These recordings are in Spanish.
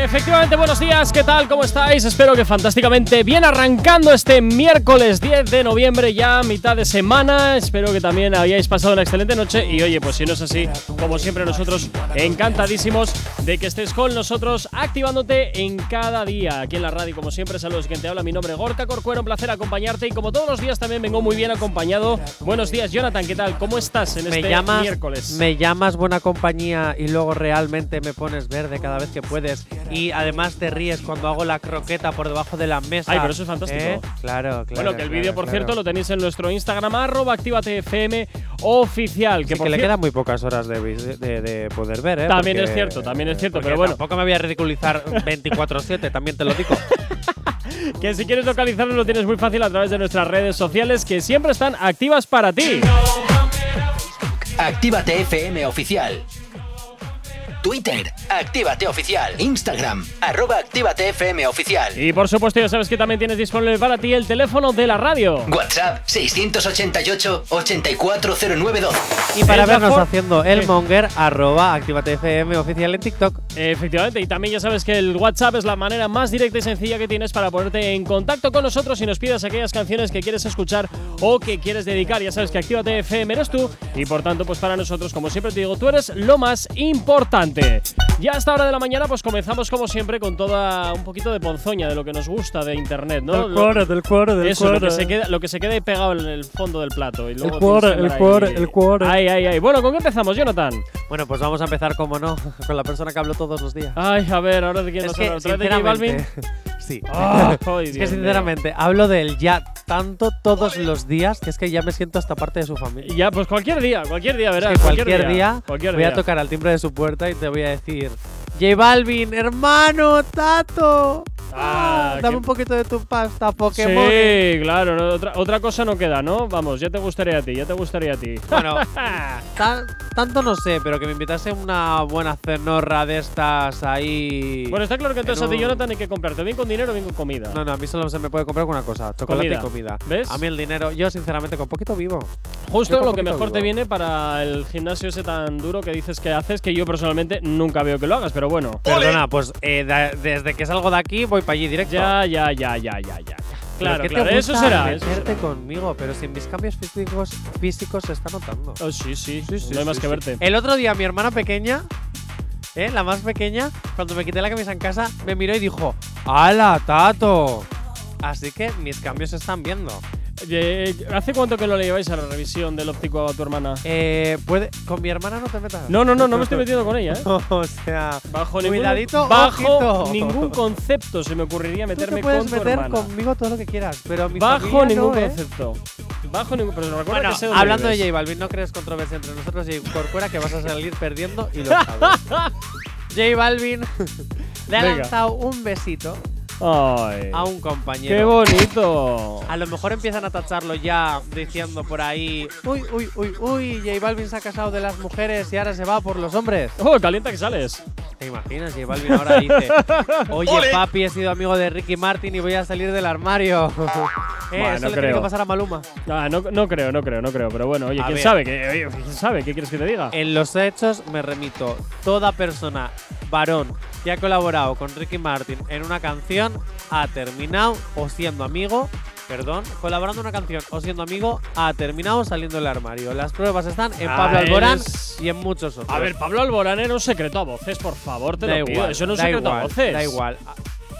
Efectivamente, buenos días, ¿qué tal? ¿Cómo estáis? Espero que fantásticamente bien arrancando este miércoles 10 de noviembre, ya mitad de semana. Espero que también hayáis pasado una excelente noche y oye, pues si no es así, como siempre nosotros encantadísimos de que estés con nosotros activándote en cada día aquí en la radio. Como siempre, saludos quien te habla, mi nombre es Gorka Corcuero, un placer acompañarte y como todos los días también vengo muy bien acompañado. Buenos días, Jonathan, ¿qué tal? ¿Cómo estás en este llamas, miércoles? Me llamas buena compañía y luego realmente me pones verde cada vez que puedes. Y además te ríes cuando hago la croqueta por debajo de la mesa. Ay, pero eso es fantástico. ¿Eh? Claro, claro. Bueno, que el vídeo, claro, por claro. cierto, lo tenéis en nuestro Instagram, arroba activatefm oficial. Sí, que, por le cier- quedan muy pocas horas de, vis- de- de poder ver, ¿eh? También es cierto, también es cierto, porque pero bueno. Tampoco me voy a ridiculizar 24-7, también te lo digo. que si quieres localizarlo lo tienes muy fácil a través de nuestras redes sociales que siempre están activas para ti. Actívate FM Oficial. Twitter, Actívate Oficial. Instagram, arroba Actívate FM Oficial. Y por supuesto ya sabes que también tienes disponible para ti el teléfono de la radio. WhatsApp 688 840912. Y para El vernos mejor- haciendo Sí. el monger, arroba, actívate FM oficial en TikTok. Efectivamente, y también ya sabes que el WhatsApp es la manera más directa y sencilla que tienes para ponerte en contacto con nosotros y nos pidas aquellas canciones que quieres escuchar o que quieres dedicar. Ya sabes que Actívate FM eres tú y por tanto, pues para nosotros, como siempre te digo, tú eres lo más importante. Ya a esta hora de la mañana, pues comenzamos como siempre con toda un poquito de ponzoña de lo que nos gusta de internet, ¿no? Lo- del cuore, eso, lo que, se queda, lo que se queda ahí pegado en el fondo del plato. Y luego tienes cuore, que andar el ahí- cuore, el cuore. Ay, ay, ay. Bueno, ¿con qué empezamos, Jonathan? Bueno, pues vamos a empezar, como no, con la persona que hablo todos los días. Ay, a ver, ahora de quién nos habla. ¿Otra vez de J Balvin? sí. Ah, joder, es que Dios mío. sinceramente, hablo del ya tanto todos los días que es que ya me siento hasta parte de su familia. Ya, pues cualquier día, cualquier día, verás. Sí, cualquier, día, cualquier voy día. a tocar al timbre de su puerta y te voy a decir, J Balvin, hermano, tato, Ah, dame qué- un poquito de tu pasta, Pokémon. Sí, claro, no, otra, otra cosa no queda, ¿no? Vamos, ya te gustaría a ti, ya te gustaría a ti. Bueno, ta- tanto no sé, pero que me invitase una buena cenorra de estas ahí. bueno, está claro que entonces en a ti, un- Jonathan, hay que comprarte bien con dinero o bien con comida. No, no, a mí solo se me puede comprar con una cosa, chocolate Comida. y comida. ¿Ves? A mí el dinero, yo sinceramente con poquito vivo. Justo yo lo que tampoco mejor te vivo. viene para el gimnasio ese tan duro que dices que haces, que yo personalmente nunca veo que lo hagas, pero bueno. Perdona, pues eh, da- desde que salgo de aquí voy para allí directo. Ya, ya, ya, ya, ya, ya. Pero Claro, ¿qué te claro, eso gusta será. eso Meterte será. conmigo, pero si mis cambios físicos, físicos se están notando. Oh, sí, sí, Sí, sí, no hay más sí, que sí. verte. El otro día mi hermana pequeña, eh, la más pequeña, cuando me quité la camisa en casa, me miró y dijo, ¡Hala, tato! Así que mis cambios se están viendo. Eh, ¿Hace cuánto que no le lleváis a la revisión del óptico a tu hermana? Eh, puede, con mi hermana no te metas. No, no, no, no me estoy metiendo con ella, ¿eh? o sea, Bajo ningún, cuidadito, bajo ojito. ningún concepto se me ocurriría Tú te meterme puedes con tu meter hermana. conmigo todo lo que quieras, pero a mi bajo familia ningún no, ¿eh? concepto. Bajo ningún. Pero recuerda Bueno, que sé dónde hablando de vives. J Balvin, no crees controversia entre nosotros, J Corcuera, que vas a salir perdiendo y lo sabes. J Balvin le ha Venga. lanzado un besito Ay, a un ¡Qué compañero. bonito! a lo mejor empiezan a tacharlo ya diciendo por ahí, uy, uy, uy, uy, J Balvin se ha casado de las mujeres y ahora se va por los hombres. ¡Oh, calienta que sales! ¿Te imaginas? J Balvin ahora dice, oye papi, he sido amigo de Ricky Martin y voy a salir del armario. eh, Bueno, eso le creo. tiene que pasar a Maluma. Ah, no, no creo, no creo, no creo. Pero bueno, oye, A ¿quién ver. sabe? ¿Qué, oye, ¿Quién sabe? ¿Qué quieres que te diga? En los hechos me remito, toda persona, varón, que ha colaborado con Ricky Martin en una canción, ha terminado o siendo amigo, perdón, colaborando en una canción o siendo amigo, ha terminado saliendo del armario. Las pruebas están en Ah, Pablo Alborán eres- y en muchos otros. A ver, Pablo Alborán era un secreto a voces, por favor, te da lo pido. igual, Eso no es un da secreto igual, a voces. Da igual.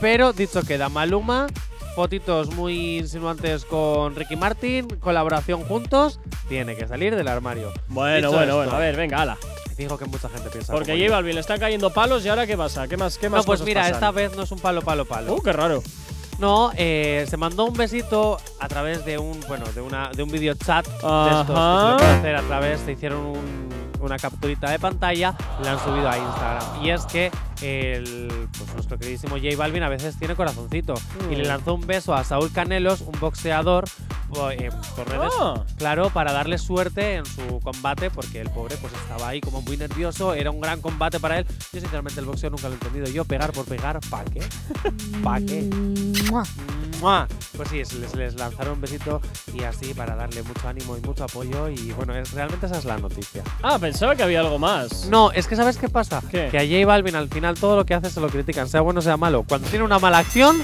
Pero dicho queda, Maluma, fotitos muy insinuantes con Ricky Martin, colaboración juntos, tiene que salir del armario. Bueno, Dicho bueno, bueno. esto, A ver, venga, ala. Dijo que mucha gente piensa. Porque como yo. J Balvin le están cayendo palos y ahora ¿qué pasa? ¿Qué más? ¿Qué más? No, pues cosas mira, pasan? esta vez no es un palo, palo, palo. ¡Uh, qué raro! No, eh, se mandó un besito a través de un, bueno, de una, de un video chat de estos que se Ajá. le puede hacer a través, se hicieron un- una capturita de pantalla, la han subido a Instagram. Y es que el, pues nuestro queridísimo J Balvin a veces tiene corazoncito. Y Mm. le lanzó un beso a Saúl Canelos, un boxeador, po- eh, por redes, Ah. claro, para darle suerte en su combate, porque el pobre pues estaba ahí como muy nervioso, era un gran combate para él. Yo sinceramente el boxeo nunca lo he entendido. Yo pegar por pegar, ¿pa' qué? ¿Pa' qué? Mua. ¡Mua! Pues sí, es- les, les lanzaron un besito y así para darle mucho ánimo y mucho apoyo. Y bueno, es- realmente esa es la noticia. Ah, pensaba que había algo más. No, es que ¿sabes qué pasa? ¿Qué? Que a J Balvin al final todo lo que hace se lo critican, sea bueno o sea malo. Cuando tiene una mala acción,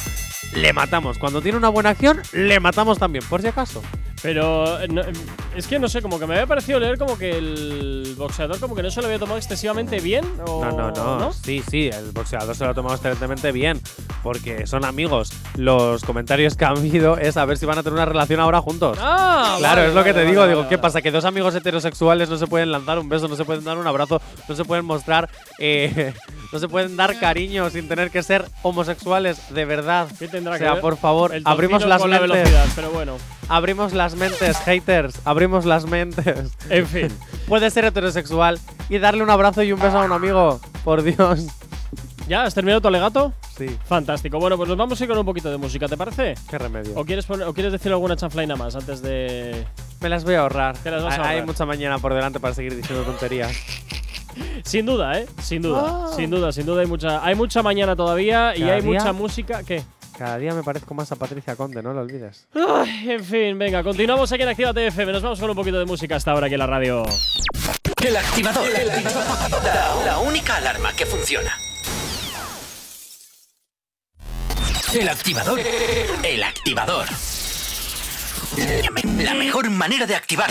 le matamos. Cuando tiene una buena acción, le matamos también, por si acaso. Pero eh, no, eh, es que no sé, como que me había parecido leer como que el boxeador como que no se lo había tomado excesivamente bien. o- No, no, no, Sí, sí, el boxeador se lo ha tomado excelentemente bien, porque son amigos. Los comentarios que han habido es a ver si van a tener una relación ahora juntos. Ah, Claro, vale, es lo vale, que te vale, digo. vale, digo, ¿qué vale. pasa? Que dos amigos heterosexuales no se pueden lanzar un beso, no se pueden dar un abrazo, no se pueden mostrar, eh, no se pueden dar cariño sin tener que ser homosexuales de verdad. ¿Qué tendrá o que sea, ver por favor, el tocino abrimos las con la mentes. velocidad, pero bueno. abrimos las mentes, haters. Abrimos las mentes. En fin. Puedes ser heterosexual y darle un abrazo y un beso a un amigo. Por Dios. ¿Ya has terminado tu alegato? Sí, Fantástico. Bueno, pues nos vamos a ir con un poquito de música, ¿te parece? qué remedio. ¿O quieres, poner- o quieres decir alguna chanflaina más antes de...? Me las voy a ahorrar. Te las vas a Hay- Hay ahorrar. mucha mañana por delante para seguir diciendo tonterías. Sin duda, ¿eh? Sin duda. Ah. Sin duda, sin duda. Hay mucha, hay mucha mañana todavía y Cada hay día. mucha música. ¿Qué? Cada día me parezco más a Patricia Conde, no lo olvides. Ay, en fin, venga, continuamos aquí en Activa TFM. Nos vamos con un poquito de música hasta ahora aquí en la radio. El activador. El activador. La, la única alarma que funciona. El activador. El activador. La me- La mejor manera de activar.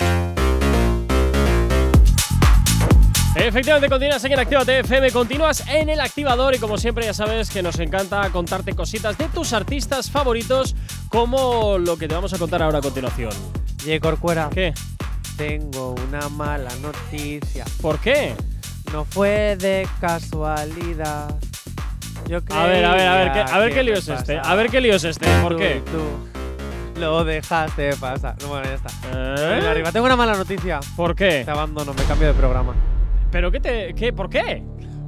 Efectivamente, continúas aquí en Activa TFM, continúas en el activador y como siempre ya sabes que nos encanta contarte cositas de tus artistas favoritos como lo que te vamos a contar ahora a continuación. Ye Corcuera, ¿Qué? tengo una mala noticia. ¿Por qué? No fue de casualidad. Yo A ver, a ver, a ver, creía ¿qué- a ver que qué me lío es este, a pasaba. ver qué lío es este, ¿por Tú y qué? tú lo dejaste pasar. No, Bueno, ya está. ¿Eh? Venga, Arriba, tengo una mala noticia. ¿Por qué? Te abandono, me cambio de programa. ¿Pero qué te, qué, por qué?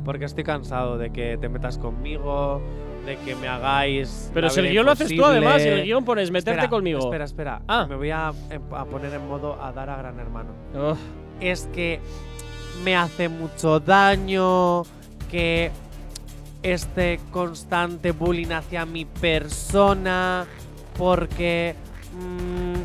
Porque estoy cansado de que te metas conmigo, de que me hagáis. Pero la si el vida guión lo haces tú imposible. además, en el guión pones meterte Espera, conmigo. Espera, espera. Ah. Me voy a, em, a poner en modo a dar a gran hermano. Uf. es que me hace mucho daño, que este constante bullying hacia mi persona, porque mm,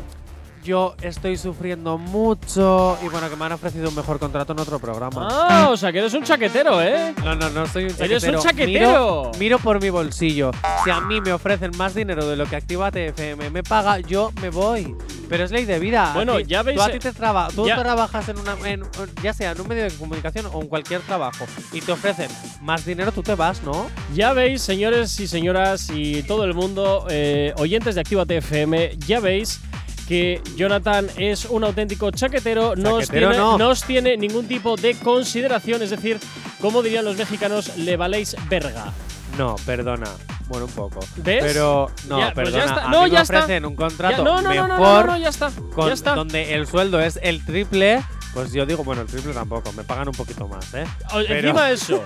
yo estoy sufriendo mucho y bueno, que me han ofrecido un mejor contrato en otro programa. Ah, o sea que eres un chaquetero, ¿eh? No, no, no soy un chaquetero. Eres un chaquetero. Miro, miro por mi bolsillo. Si a mí me ofrecen más dinero de lo que Activa TFM me paga, yo me voy. Pero es ley de vida. A Bueno, ti- ya veis- Tú, a ti te traba- tú ya- trabajas en una. en- ya sea en un medio de comunicación o en cualquier trabajo. Y te ofrecen más dinero, tú te vas, ¿no? Ya veis, señores y señoras y todo el mundo, eh, oyentes de Activa TFM, ya veis que Jonathan es un auténtico chaquetero, no os, Chaquetero tiene, no. no os tiene ningún tipo de consideración, es decir, como dirían los mexicanos, le valéis verga. No, perdona. Bueno, un poco. ¿Ves? Pero. No, Ya, pues ya perdona. está. a No, mí me ya está. ofrecen un contrato Ya- no, no, no, mejor. no, no, no, ya está. con- ya está. Donde el sueldo es el triple. Pues yo digo, bueno, el triple tampoco. Me pagan un poquito más, ¿eh? O- pero- Encima de eso.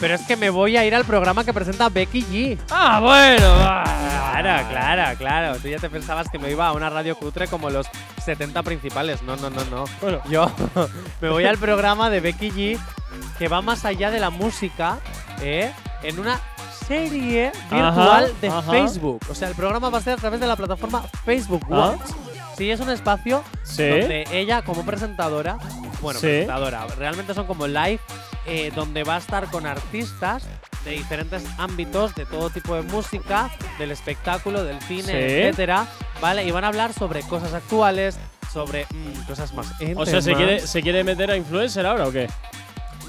Pero es que me voy a ir al programa que presenta Becky G. ah, bueno. ah. Claro, claro, claro. Tú ya te pensabas que me iba a una radio cutre como los 70 principales. No, no, no, no. Bueno. Yo me voy al programa de Becky G, que va más allá de la música, ¿eh? en una serie virtual Ajá, de ajá. Facebook. O sea, el programa va a ser a través de la plataforma Facebook Ah. Watch. Sí, es un espacio Sí. donde ella como presentadora, bueno, Sí. presentadora, realmente son como live, eh, donde va a estar con artistas de diferentes ámbitos, de todo tipo de música, del espectáculo, del cine, Sí. etcétera, ¿vale? Y van a hablar sobre cosas actuales, sobre mm, cosas más O sea, ¿se íntimas. quiere, ¿se quiere meter a influencer ahora o qué?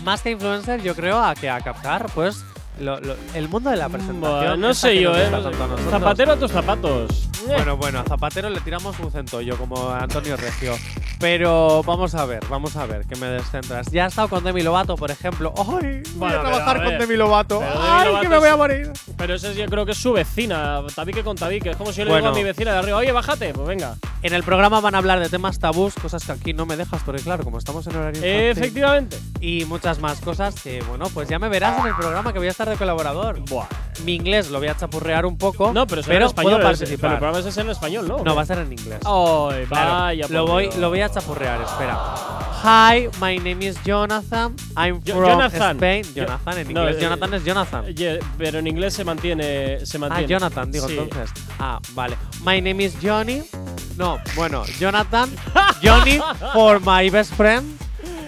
Más que influencer, yo creo, a que a captar, pues, lo- lo- el mundo de la presentación. Bueno, no esta sé que yo, nos ¿eh? gusta tanto a nosotros. Zapatero a tus zapatos. Bueno, bueno, a Zapatero le tiramos un centollo, como a Antonio Regio. Pero vamos a ver, vamos a ver, que me descentras. Ya he estado con Demi Lovato, por ejemplo. ¡Ay! voy Bueno, a pero trabajar a con ver. Demi Lovato. Pero Demi ¡Ay, Lovato que me voy es- a morir! Pero ese es, yo creo que es su vecina, tabique con tabique. Es como si yo le Bueno. digo a mi vecina de arriba, oye, bájate. Pues venga. En el programa van a hablar de temas tabús, cosas que aquí no me dejas, porque claro, como estamos en horario infantil Eh, Efectivamente. y muchas más cosas que, bueno, pues ya me verás en el programa que voy a estar de colaborador. Buah. Mi inglés lo voy a chapurrear un poco, No, pero, será en español. Oh, puedo es- Pero el participar. programa es en español, ¿no? No, va a ser en inglés. Ay, Claro, vaya. lo, por voy, Dios. lo voy a chapurrear, espera. Hi, my name is Jonathan. I'm Jo- from Jonathan. Spain. Jo- Jonathan en no, inglés. eh, Jonathan es Jonathan. Ye- pero en inglés se mantiene. Se Ah, mantiene. Jonathan, digo Sí. entonces. Ah, vale. My name is Johnny. No, bueno, Jonathan. Johnny for my best friend.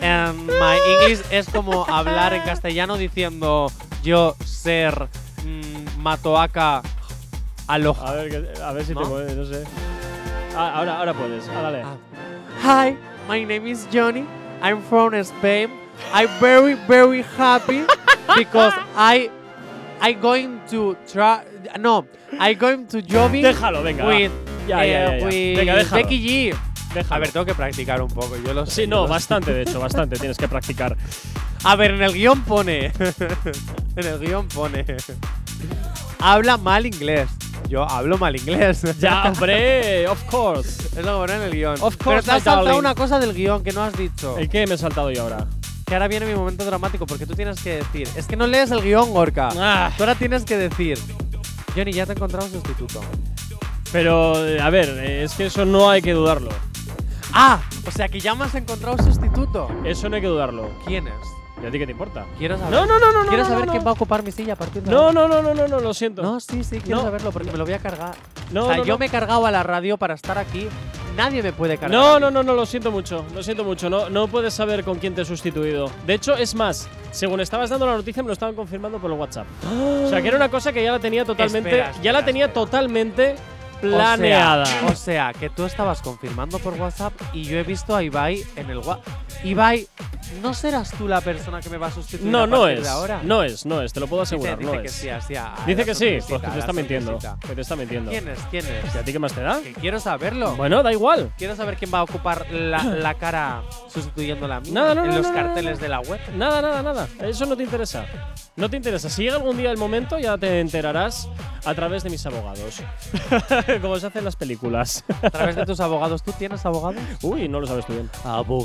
And my English es como hablar en castellano diciendo yo ser mm, matoaca aloha. A ver, que- a ver si ¿No? te puede, no sé. Ah, ahora, ahora puedes. Ah, dale. Ah. Hi, my name is Johnny. I'm from Spain. I'm very very happy because I I going to try no, I going to jogging Déjalo, venga. va. with, Ya, ya, eh, ya, ya. with Venga, déjalo. Becky G. déjalo. A ver, tengo que practicar un poco, yo lo sé. Sí, yo no, lo bastante, de hecho, bastante. Tienes que practicar. sé. A ver, en el guión pone. en el guión pone. Habla mal inglés. Yo hablo mal inglés. Ya, hombre, of course. Es lo que pone en el guión. Of Pero course, te has my saltado darling. una cosa del guión que no has dicho. ¿El qué me he saltado yo ahora? Que ahora viene mi momento dramático porque tú tienes que decir. Es que no lees el guión, Gorka. Ah. Tú ahora tienes que decir. Johnny, ya te he encontrado un sustituto. Pero, eh, a ver, eh, es que eso no hay que dudarlo. ¡Ah! O sea que ya me has encontrado un sustituto. Eso no hay que dudarlo. ¿Quién es? ¿Y a ti qué te importa? Quiero saber. No, no, no, no, no. Quiero no, saber no, quién no. va a ocupar mi silla a partir de No, ahora. no, no, no, no, no, lo siento. No, sí, sí, quiero No. saberlo porque me lo voy a cargar. No, o sea, no, yo no. me he cargado a la radio para estar aquí. Nadie me puede cargar. No, no, no, no, lo siento mucho, lo siento mucho, no, no puedes saber con quién te he sustituido. De hecho, es más, según estabas dando la noticia me lo estaban confirmando por el WhatsApp. O sea, que era una cosa que ya la tenía totalmente, Espera, espera, ya la tenía espera. totalmente O sea- planeada. O sea, que tú estabas confirmando por WhatsApp y yo he visto a Ibai en el WhatsApp. Ibai, ¿no serás tú la persona que me va a sustituir no, a no partir es, de ahora? no es, no es, te lo puedo Dice- asegurar, dice no que es. sí, así, ah, Dice la que sí, pues sonrisita, que te la está mintiendo, sonrisita. que te está mintiendo. ¿Quién es? ¿Quién ¿Y a es? ti qué más te da? Que quiero saberlo. Bueno, da igual. Quiero saber quién va a ocupar la, la cara sustituyendo la mía No, no, en no, los no, no, carteles no. de la web. Nada, nada, nada. Eso no te interesa. No te interesa. Si llega algún día el momento, ya te enterarás a través de mis abogados. Como se hace en las películas. A través de tus abogados. ¿Tú tienes abogados? Uy, no lo sabes tú bien.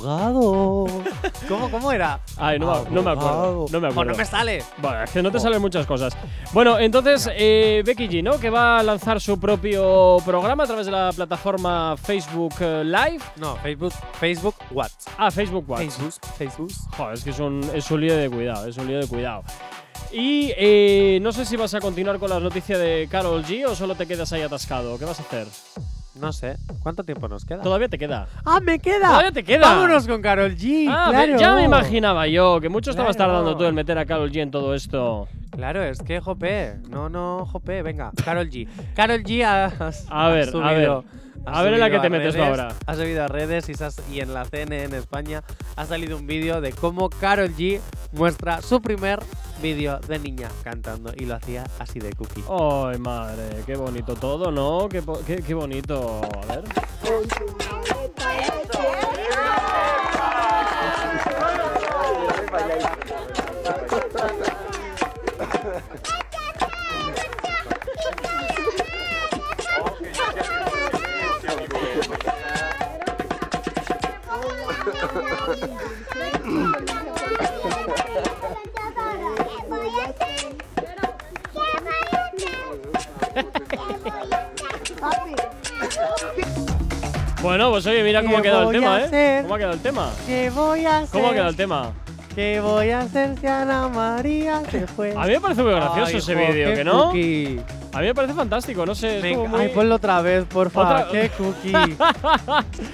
Abogado. ¿Cómo, cómo era? Ay, no, me- no me acuerdo. No me O acuerdo. no me Oh. sale. Bueno, es que no te salen muchas cosas. Bueno, entonces, eh, Becky G, ¿no? Que va a lanzar su propio programa a través de la plataforma Facebook eh, Live. No, Facebook, Facebook, what? Ah, Facebook Watch. Facebook, Facebook. Joder, es que es un, es un lío de cuidado, es un lío de cuidado. Y eh, no sé si vas a continuar con las noticias de Carol G o solo te quedas ahí atascado. ¿Qué vas a hacer? No sé. ¿Cuánto tiempo nos queda? Todavía te queda. ¡Ah, me queda! Todavía te queda. ¡Vámonos con Carol G! Ah, claro. ya me imaginaba yo que mucho estabas Claro. tardando tú en meter a Carol G en todo esto. Claro, es que Jope. No, no, Jope, venga. Carol G. Carol G ha, A ha ver, a subido- ver. ha A ver en la que subido te a metes tú redes, ahora. Ha subido a redes y, se ha- y en la CNN en España ha salido un vídeo de cómo Carol G muestra su primer vídeo de niña cantando y lo hacía así de cookie. Ay, madre, qué bonito todo, ¿no? Qué, po- qué- qué bonito. A ver. Bueno, pues oye, mira cómo ha ¿Qué quedado el voy tema, a ¿eh? hacer? ¿Cómo ha quedado el tema? ¿Qué voy a hacer? ¿Cómo ha quedado el tema? ¿Qué voy a hacer si Ana María se fue? A mí me parece muy gracioso Ay, ese jo, vídeo, qué ¿que no? cookie. A mí me parece fantástico, no sé. es Me como enc- muy- Ay, ponlo otra vez, porfa. Otra- Qué cookie.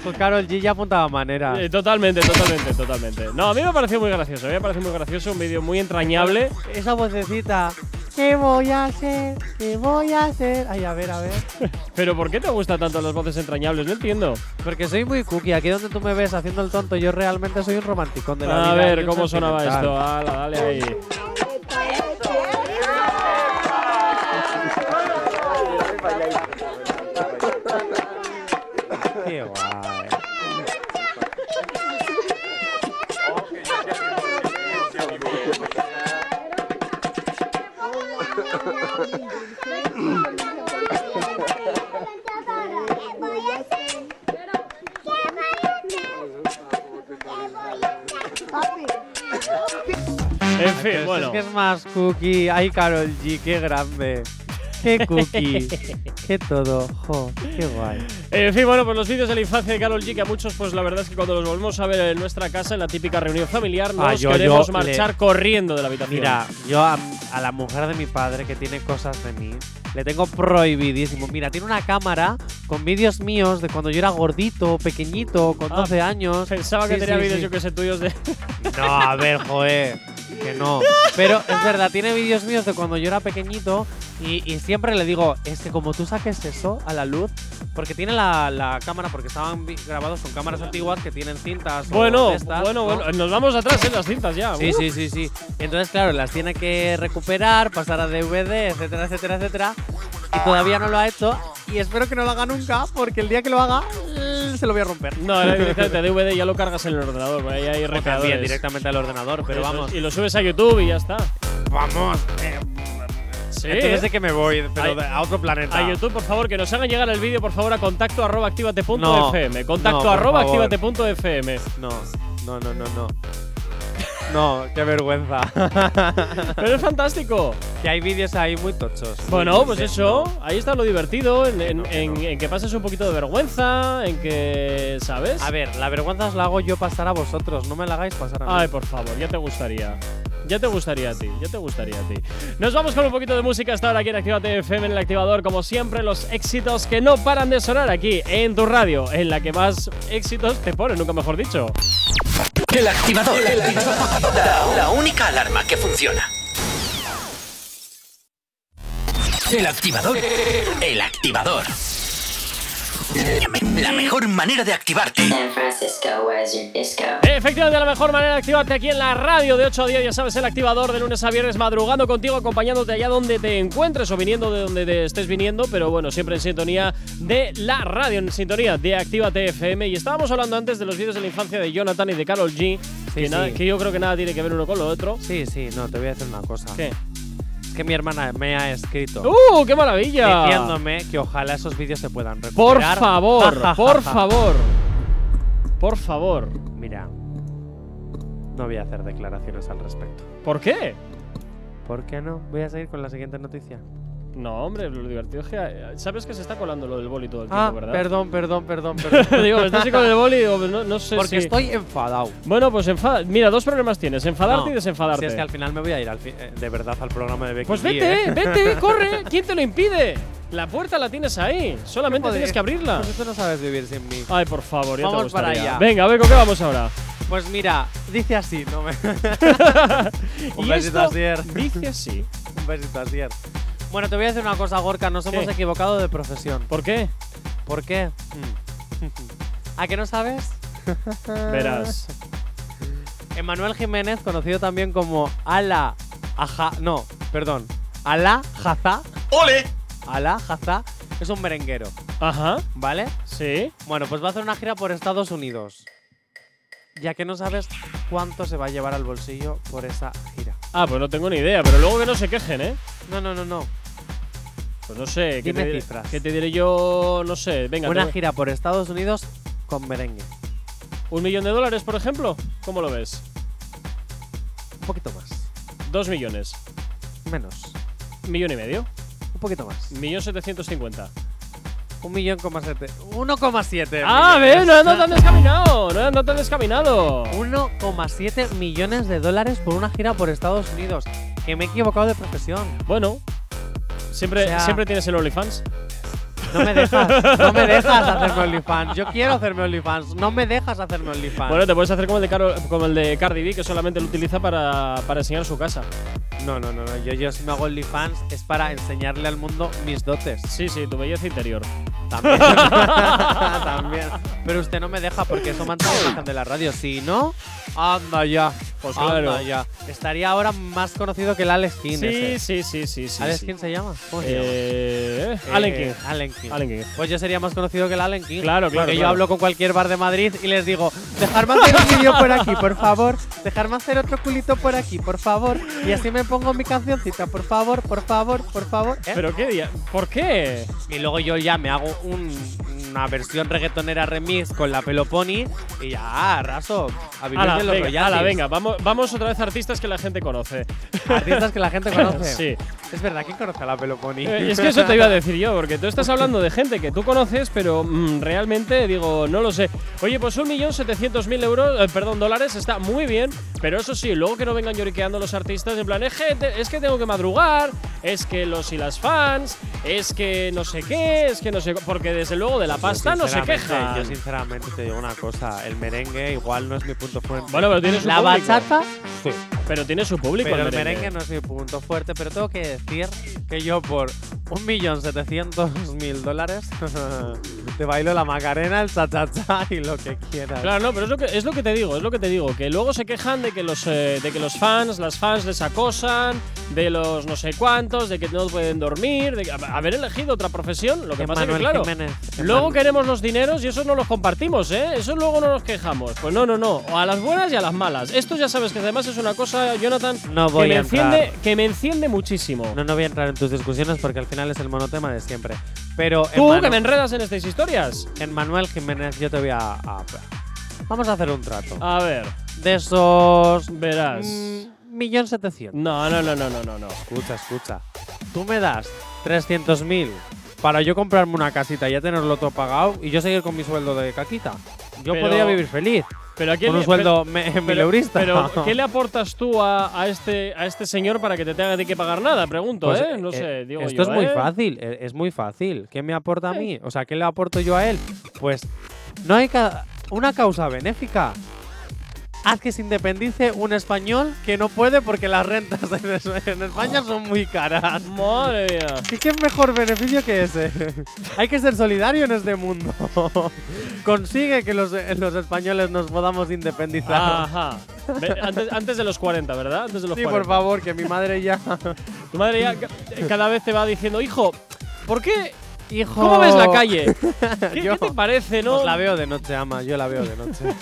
Con Carol G ya apuntaba manera. Eh, totalmente, totalmente, totalmente. No, a mí me pareció muy gracioso, a mí me pareció muy gracioso, un vídeo muy entrañable. Esa vocecita. ¿Qué voy a hacer? ¿Qué voy a hacer? Ay, a ver, a ver. Pero ¿por qué te gustan tanto las voces entrañables? No entiendo. Porque soy muy cookie. Aquí donde tú me ves haciendo el tonto, yo realmente soy un romanticón de la A vida. ver y un cómo sonaba sentimental. esto. Ala, dale ahí. Qué guay. Voy a hacer. fin, pero bueno. Es que es más cookie. Ay, Carol G, qué grande. Qué cookie. qué todo. Jo, qué guay. En fin, bueno, pues los vídeos de la infancia de Carol G, que a muchos, pues la verdad es que cuando los volvemos a ver en nuestra casa, en la típica reunión familiar, nos Ah, yo- queremos yo marchar corriendo de la habitación. Mira, yo a, a la mujer de mi padre que tiene cosas de mí, le tengo prohibidísimo. Mira, tiene una cámara con vídeos míos de cuando yo era gordito, pequeñito, con Ah, 12 años. pensaba que Sí, tenía sí, vídeos, sí. yo que sé, tuyos de. No, a ver, joder. Que no. Pero es verdad, tiene vídeos míos de cuando yo era pequeñito y, y siempre le digo, es que como tú saques eso a la luz, porque tiene la, la cámara, porque estaban vi- grabados con cámaras antiguas que tienen cintas. o Bueno, de estas, bueno, ¿no? bueno, nos vamos atrás en las cintas ya. Sí, Uh. sí, sí, sí. Entonces, claro, las tiene que recuperar, pasar a DVD, etcétera, etcétera, etcétera. Y todavía no lo ha hecho. Y espero que no lo haga nunca, porque el día que lo haga, eh, se lo voy a romper. No, no, directamente DVD ya lo cargas en el ordenador, ahí hay O también recreadores. directamente al ordenador, pero Eso es, vamos. Y lo subes a YouTube y ya está. Vamos. eh, Sí. Entonces Ah. ¿eh? sé que me voy, Ay. pero de- a otro planeta. A YouTube, por favor, que nos hagan llegar el vídeo, por favor, a contacto arroba activate.fm. No, no, contacto por arroba favor. activate.fm. No, no, no, no, no. No, qué vergüenza. Pero es fantástico. que hay vídeos ahí muy tochos. Bueno, pues Sí, eso, no. ahí está lo divertido, en, en- no, que en- no. en que pases un poquito de vergüenza, en que, ¿sabes? A ver, la vergüenza os la hago yo pasar a vosotros, no me la hagáis pasar a mí. Ay, por favor, ya te gustaría. Ya te gustaría a ti, ya te gustaría a ti. Nos vamos con un poquito de música hasta ahora aquí en Actívate FM en el activador. Como siempre, los éxitos que no paran de sonar aquí en tu radio, en la que más éxitos te ponen, nunca mejor dicho. El activador. La, la única alarma que funciona. El activador. El activador. La me- La mejor manera de activarte. San Francisco, where's your disco? Efectivamente, la mejor manera de activarte aquí en la radio de 8 a 10, ya sabes, el activador de lunes a viernes, madrugando contigo, acompañándote allá donde te encuentres o viniendo de donde te estés viniendo, pero bueno, siempre en sintonía de la radio, en sintonía de Actívate FM. Y estábamos hablando antes de los vídeos de la infancia de Jonathan y de Carol G, que, sí. nada- que yo creo que nada tiene que ver uno con lo otro. Sí, sí, no, te voy a decir una cosa. ¿Qué? Es que mi hermana me ha escrito ¡Uh, qué maravilla! diciéndome que ojalá esos vídeos se puedan Por recuperar. favor, por favor, por favor. Mira, no voy a hacer declaraciones al respecto. ¿Por qué? ¿Por qué no? Voy a seguir con la siguiente noticia. No, hombre, lo divertido es que. eh, Sabes que se está colando lo del boli todo el tiempo, Ah, ¿verdad? perdón, perdón, perdón, perdón. digo, estás con el boli, digo, no, no sé Porque si- estoy enfadado. Bueno, pues enfada. Mira, dos problemas tienes, enfadarte No, y desenfadarte. Si es que al final me voy a ir al fi- eh, de verdad al programa de Becky Pues G, vete, ¿eh? vete, corre. ¿Quién te lo impide? La puerta la tienes ahí. Solamente Joder, tienes que abrirla. Pues tú no sabes vivir sin mí. Ay, por favor, ya te Vamos para gustaría. allá. Venga, a ver con qué vamos ahora. Pues mira, dice así, no me. Un Y esto besito Asier. Dice así. Un besito Asier. Bueno, te voy a decir una cosa, Gorka, nos hemos ¿Qué? equivocado de profesión. ¿Por qué? ¿Por qué? Mm. ¿A que no sabes? Ah. Verás. Emanuel Jiménez, conocido también como Ala Aja. No, perdón. Ala Jaza. ¡Ole! Ala Jaza es un merenguero, Ajá. ¿vale? Sí. Bueno, pues va a hacer una gira por Estados Unidos. Ya que no sabes cuánto se va a llevar al bolsillo por esa gira. Ah, pues no tengo ni idea, pero luego que no se quejen, ¿eh? No, no, no, no. Pues no sé, ¿qué, Dime te diré, cifras. qué te diré yo? No sé, venga. Una te- gira por Estados Unidos con merengue. ¿Un millón de dólares, por ejemplo? ¿Cómo lo ves? Un poquito más. Dos millones. Menos. Millón y medio. Un poquito más. Millón setecientos cincuenta. Un millón coma siete. 1,7. Ah, ve, no, millones. no te han descaminado. No, no te han descaminado. 1,7 millones de dólares por una gira por Estados Unidos. Que me he equivocado de profesión. Bueno. Siempre, O sea- siempre tienes el OnlyFans. No me dejas, no me dejas hacerme OnlyFans. Yo quiero hacerme OnlyFans. No me dejas hacerme OnlyFans. Bueno, te puedes hacer como el de, Caro- como el de Cardi B, que solamente lo utiliza para, para enseñar su casa. no, no, no, no. Yo, yo si me hago OnlyFans es para enseñarle al mundo mis dotes. Sí, sí, tu belleza interior. También. También. Pero usted no me deja porque eso mantiene la imagen de la radio. Si no, anda ya. Pues anda claro. ya. Estaría ahora más conocido que el Alex King. Sí, ese. sí, sí, sí, sí. ¿Alex sí. King se llama? ¿Cómo se llama? Eh, Eh, Allen King. Allen King. Allen King. Pues yo sería más conocido que el Allen King. Claro, claro, Porque yo claro. hablo con cualquier bar de Madrid y les digo, dejarme hacer un vídeo por aquí, por favor. Dejarme hacer otro culito por aquí, por favor. Y así me pongo mi cancioncita, por favor, por favor, por favor. ¿Eh? ¿Pero qué día? ¿Por qué? y luego yo ya me hago un, un una versión reggaetonera remix con la Peloponi y ya, arraso. A vivir Ala, de los venga, ala, royalties. venga, vamos, vamos otra vez a artistas que la gente conoce. Artistas que la gente conoce. Sí. Es verdad, ¿quién conoce a la Peloponi? Eh, es que eso te iba a decir yo, porque tú estás hablando de gente que tú conoces, pero mm, realmente digo, no lo sé. Oye, pues 1.700.000 euros, eh, perdón, dólares está muy bien, pero eso sí, luego que no vengan lloriqueando los artistas, en plan, "Es que te- es que tengo que madrugar, es que los y las fans, es que no sé qué, es que no sé, cu-", porque desde luego de la pasta no se Sinceramente, queja. Yo sinceramente te digo una cosa, el merengue igual no es mi punto fuerte. Bueno, pero tiene su la público. bachata, sí. Pero tiene su público. Pero el el merengue. merengue no es mi punto fuerte, pero tengo que decir que yo por 1.700.000 dólares te bailo la Macarena, el cha-cha-cha y lo que quieras. Claro, no, pero es lo, que, es lo que te digo, es lo que te digo, que luego se quejan de que los eh, de que los fans, las fans les acosan, de los no sé cuántos, de que no pueden dormir, de que- haber elegido otra profesión, lo que pasa es que Emmanuel claro, Jiménez, luego Emmanuel. queremos los dineros y eso no los compartimos, ¿eh? Eso luego no nos quejamos. Pues no, no, no, o a las buenas y a las malas. Esto ya sabes que además es una cosa, Jonathan, No voy que me a entrar. enciende que me enciende muchísimo. No, no voy a entrar en tus discusiones porque al final es el monotema de siempre. Pero Tú Emmanuel- que me enredas en estas historias. en Manuel Jiménez yo te voy a, a- Vamos a hacer un trato. A ver, De esos... Ah. verás. mm, Millón setecientos. No, no, no, no, no, no, no. Escucha, escucha. Tú me das 300.000 para yo comprarme una casita y ya tenerlo todo pagado y yo seguir con mi sueldo de caquita. Yo Pero- podría vivir feliz. Pero aquí Con un le- sueldo me- mileurista. Pero, ¿qué le aportas tú a, a este, a este señor para que te tenga de que pagar nada? Pregunto, Pues, ¿eh? No eh, sé, digo Esto yo, es muy ¿eh? fácil, e- es muy fácil. ¿Qué me aporta a mí? O sea, ¿qué le aporto yo a él? Pues no hay ca- una causa benéfica. Haz que se independice un español que no puede porque las rentas en es- en España son muy caras. Madre mía. ¿Y qué mejor beneficio que ese? Hay que ser solidario en este mundo. Consigue que los, eh, los españoles nos podamos independizar. Ajá. Ve- Antes, antes de los 40, ¿verdad? Antes de los sí, 40. por favor, que mi madre ya. Tu madre ya ca- cada vez te va diciendo, hijo, ¿por qué? Hijo. ¿Cómo ves la calle? ¿Qué, Yo- qué te parece, no? Pues la veo de noche, ama. Yo la veo de noche.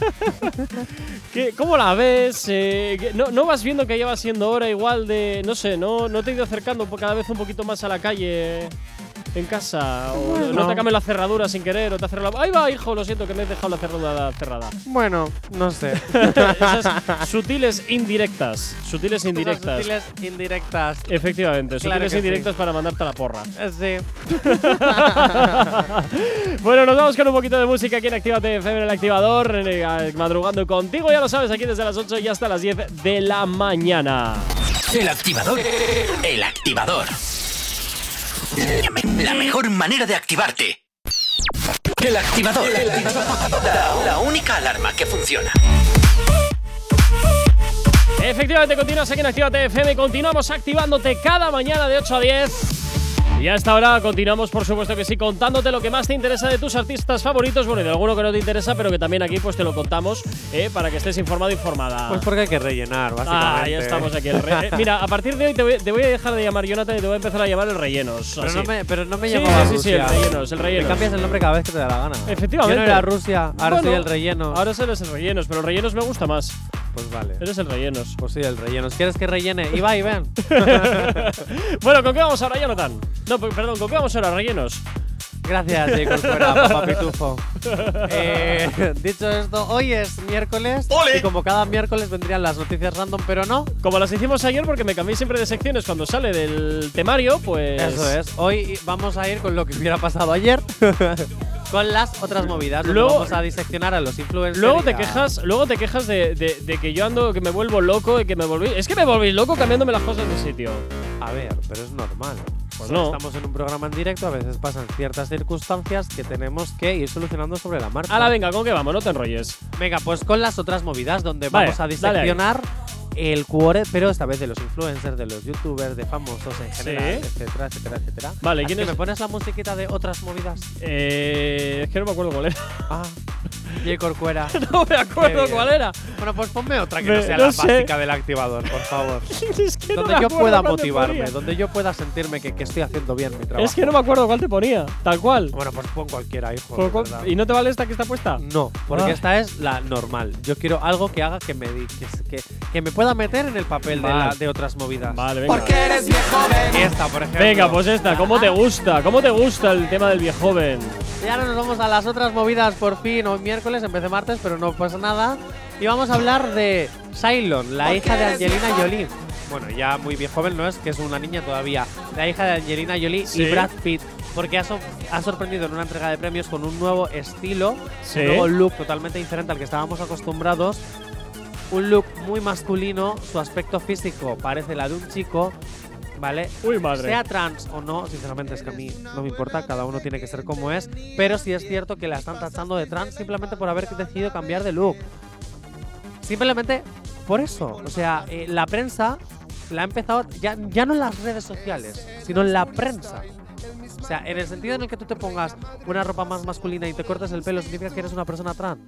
¿Qué- ¿Cómo la ves? Eh, ¿qué- no, no vas viendo que ya va siendo hora igual de, no sé, no, no te he ido acercando po- cada vez un poquito más a la calle en casa? O no- no Bueno. te cambies la cerradura sin querer o te has cerrado la- ¡Ahí va, hijo! Lo siento que me he dejado la cerradura cerrada. bueno, no sé. Esas sutiles indirectas. Sutiles indirectas. Esas sutiles indirectas. Efectivamente, Claro sutiles que indirectas para mandarte a la porra. Eh, Sí. bueno, nos vamos con un poquito de música aquí en Actívate FM en el activador, en el- madrugando contigo, ya lo sabes, aquí desde las 8 y hasta las 10 de la mañana. El activador. El activador. La me- La mejor manera de activarte. El activador. La, la única alarma que funciona. Efectivamente, continúas aquí en Actívate FM, continuamos activándote cada mañana de 8 a 10. Y a esta hora continuamos, por supuesto que sí, contándote lo que más te interesa de tus artistas favoritos, bueno, y de alguno que no te interesa, pero que también aquí pues te lo contamos eh, para que estés informado e informada. Pues porque hay que rellenar, básicamente. Ah, ya estamos aquí. el re- eh, Mira, a partir de hoy te voy, te voy a dejar de llamar Jonathan y te voy a empezar a llamar el rellenos. Pero así. no, me, pero no me Sí, llamaba sí, sí, sí, el Rusia. rellenos, el rellenos. Te cambias el nombre cada vez que te da la gana. Efectivamente. Yo no era Rusia, ahora Bueno, soy el relleno. Ahora eres el rellenos, pero el rellenos me gusta más. Pues vale. Eres el rellenos. Pues sí, el relleno. ¿Quieres que rellene? Iba y ven. bueno, ¿con qué vamos ahora, Jonathan? No, pe- perdón, ¿con qué vamos ahora, rellenos? Gracias, Jacob, fuera, papá pitufo. Eh, dicho esto, hoy es miércoles. Y como cada miércoles vendrían las noticias random, pero no. Como las hicimos ayer, porque me cambié siempre de secciones cuando sale del temario, pues. Eso es. Hoy vamos a ir con lo que hubiera pasado ayer. con las otras movidas. donde Luego- vamos a diseccionar a los influencers. Luego y te a- quejas, luego te quejas de, de- de que yo ando, que me vuelvo loco y que me volví. Es que me volví loco cambiándome las cosas de sitio. A ver, pero es normal. Cuando Pues no. estamos en un programa en directo, a veces pasan ciertas circunstancias que tenemos que ir solucionando sobre la marcha. Ahora, venga, ¿con qué vamos? No te enrolles. Venga, pues con las otras movidas donde Vale, vamos a dale ahí. diseccionar el cuore, pero esta vez de los influencers, de los youtubers, de famosos en Sí. general, etcétera, etcétera, etcétera. Vale, Así ¿quién que es? ¿Me pones la musiquita de otras movidas? Eh, es que no me acuerdo cuál era. Ah, J. Corcuera. No me acuerdo bien. cuál era. Bueno, pues ponme otra que Me- no sea no la sé. básica del activador, por favor. Es que no donde me yo acuerdo pueda cuál te motivarme, ponía. donde yo pueda sentirme que, que estoy haciendo bien mi trabajo. Es que no me acuerdo cuál te ponía. Tal cual. Bueno, pues pon cualquiera, hijo. Por de cual- verdad. Mm. ¿Y no te vale esta que está puesta? No, porque Ah. esta es la normal. Yo quiero algo que haga que me di- que, se- que, que me pueda meter en el papel de, la- Vale. de otras movidas. Vale, venga. Porque eres viejo veneno. Esta, por ejemplo. Venga, pues esta, ¿cómo te gusta? ¿Cómo te gusta el tema del viejo joven? Y ahora nos vamos a las otras movidas por fin. Hoy miércoles, empecé martes, pero no pasa nada. Y vamos a hablar de Cylon, la hija de Angelina Jolie. Bueno, ya muy bien joven no es, que es una niña todavía. La hija de Angelina Jolie Sí. y Brad Pitt. Porque ha, so- ha sorprendido en una entrega de premios con un nuevo estilo, Sí. un nuevo look totalmente diferente al que estábamos acostumbrados. Un look muy masculino, su aspecto físico parece la de un chico, ¿vale? Uy, madre. Sea trans o no, sinceramente es que a mí no me importa, cada uno tiene que ser como es, pero sí es cierto que la están tachando de trans simplemente por haber decidido cambiar de look. Simplemente por eso. O sea, eh, la prensa la ha empezado, ya, ya no en las redes sociales, sino en la prensa. O sea, en el sentido en el que tú te pongas una ropa más masculina y te cortes el pelo, significa que eres una persona trans.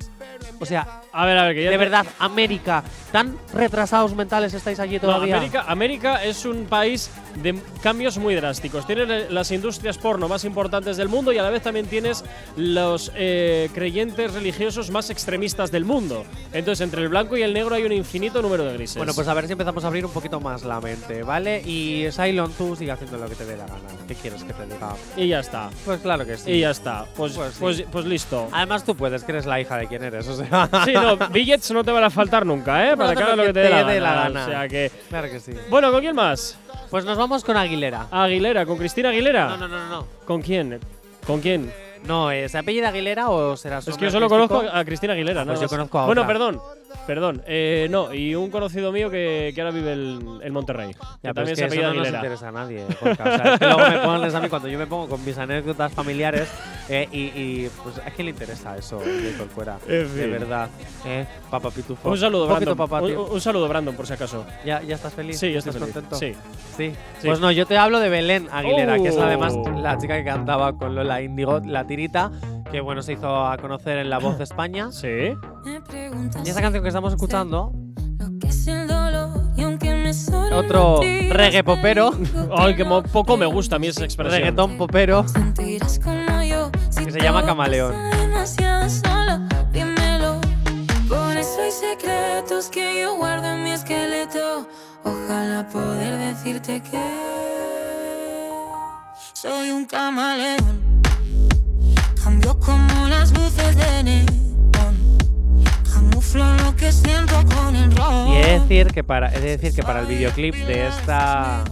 O sea, A ver, a ver, que ya de te- verdad, América, tan retrasados mentales estáis allí No, todavía. América, América es un país de cambios muy drásticos. Tienes le- las industrias porno más importantes del mundo y a la vez también tienes los eh, creyentes religiosos más extremistas del mundo. Entonces, entre el blanco y el negro hay un infinito número de grises. Bueno, pues a ver si empezamos a abrir un poquito más la mente, ¿vale? Y Cylon, tú sigue haciendo lo que te dé la gana. ¿Qué quieres que te diga? Y ya está. Pues claro que sí. Y ya está. Pues, Pues sí. pues- pues listo. Además tú puedes, que eres la hija de quien eres, o sea. Sí, no, billets no te van a faltar nunca, ¿eh? Para No, cada lo lo que que te dé la, te dé la gana. gana. O sea que. Claro que sí. Bueno, ¿con quién más? Pues nos vamos con Aguilera. Ah. Aguilera, ¿con Cristina Aguilera? No, no, no, no, no. ¿Con quién? ¿Con quién? No, eh, ¿se apellida Aguilera o será su Es que yo solo nombre conozco artístico? a Cristina Aguilera, ¿no? pues yo conozco a Bueno, otra. perdón. Perdón, eh, no, y un conocido mío que, que ahora vive en, en Monterrey. que Ya, pero también es se que apellida eso no nos Aguilera. interesa a nadie. Gorka. O sea, es que luego me pones a mí cuando yo me pongo con mis anécdotas familiares eh, y, y, pues a quién le interesa eso, Víctor, fuera. En fin. De verdad. Eh, papá pitufo. un saludo, Poquito Brandon. papá, un, tío. un saludo, Brandon, por si acaso. ¿Ya, ya estás feliz? Sí, yo estoy ¿Estás feliz. contento? Sí. Sí. Sí. Pues no, yo te hablo de Belén Aguilera, que es Oh. además la chica que cantaba con Lola Indigo, la tirita, que bueno, se hizo a conocer en La Voz de España. Sí. Y Y esa canción que estamos escuchando, Otro reggae popero. Ay, que mo- poco me gusta a mí esa expresión. reggaetón popero. Que se llama Camaleón. Por eso hay secretos que yo guardo en mi esqueleto. Ojalá poder decirte que soy un camaleón. Cambio como las luces de neón. Camuflo lo que siento con el rojo. Y he de decir que para, he de decir que para el videoclip de esta,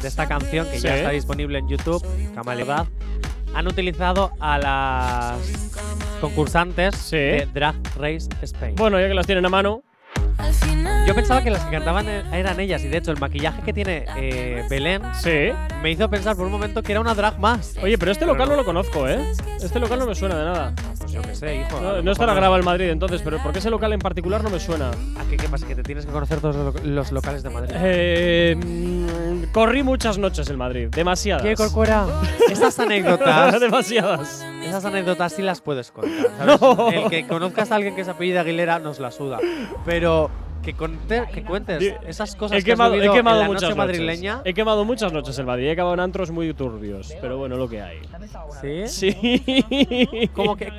de esta canción, que ya Sí. está disponible en YouTube, Camaleón, han utilizado a las concursantes Sí. de Drag Race Spain. Bueno, ya que las tienen a mano. Yo pensaba que las que cantaban e- eran ellas y de hecho el maquillaje que tiene eh, Belén Sí. me hizo pensar por un momento que era una drag más. Oye, pero este local no lo conozco, ¿eh? Este local no me suena de nada. Pues yo qué sé, hijo. a No, lo no estará mejor grabado en Madrid entonces, pero porque ese local en particular no me suena. ¿A qué, qué pasa? Que te tienes que conocer todos los, lo- los locales de Madrid. Eh, mm, corrí muchas noches en Madrid, demasiadas. ¿Qué, Corcuera? Esas anécdotas. demasiadas. Esas anécdotas sí las puedes contar. ¿sabes? No. El que conozcas a alguien que se apellida Aguilera nos la suda. Pero que, conte- que cuentes Di- esas cosas He que has quemado, he vivido quemado en la muchas noche madrileña. noches. He quemado muchas noches en Madrid. He acabado en antros muy turbios. Pero bueno, lo que hay. ¿Sí? Sí. Como que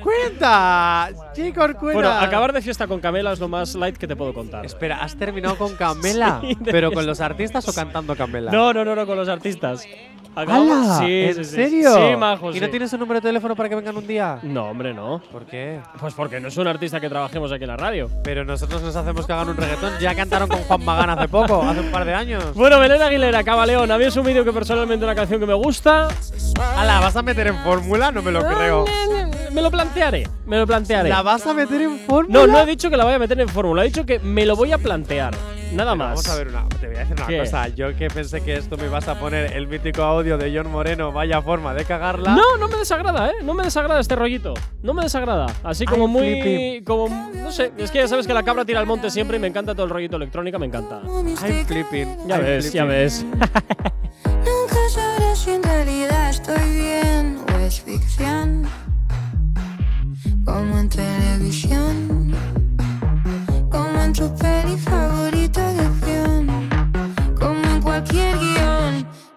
cuenta, chico Corcuera. Bueno, acabar de fiesta con Camela es lo más light que te puedo contar. Espera, ¿has terminado con Camela? Sí, de ¿Pero fiesta. con los artistas o cantando Camela? No, no, no, no, con los artistas. Acabamos- ¡Hala! Sí, ¿En sí, sí. serio? Sí, majo, ¿Y no sí. tienes su número de teléfono para que vengan un día? No, hombre, no. ¿Por qué? Pues porque no es un artista que trabajemos aquí en la radio. Pero nosotros nos hacemos que hagan un reggaetón. Ya cantaron con Juan Magán hace poco, hace un par de años. Bueno, Belén Aguilera, Cabaleón. A mí es un vídeo que personalmente una canción que me gusta. ¿La vas a meter en fórmula? No me lo creo. Me lo plantearé. Me lo plantearé. ¿La vas a meter en fórmula? No, no he dicho que la voy a meter en fórmula, he dicho que me lo voy a plantear. Nada Pero más. Vamos a ver una. Te voy a decir una ¿Qué? cosa. Yo que pensé que esto me ibas a poner el mítico audio de John Moreno, vaya forma de cagarla. No, no me desagrada, ¿eh? No me desagrada este rollito. No me desagrada. Así como Ay, muy. flippy. Como. No sé, es que ya sabes que la cabra tira al monte siempre y me encanta todo el rollito electrónica, me encanta. I'm flipping. Ya I'm ves, ya flipping. ves. Nunca sabrás si en realidad estoy bien o es ficción. Como en televisión.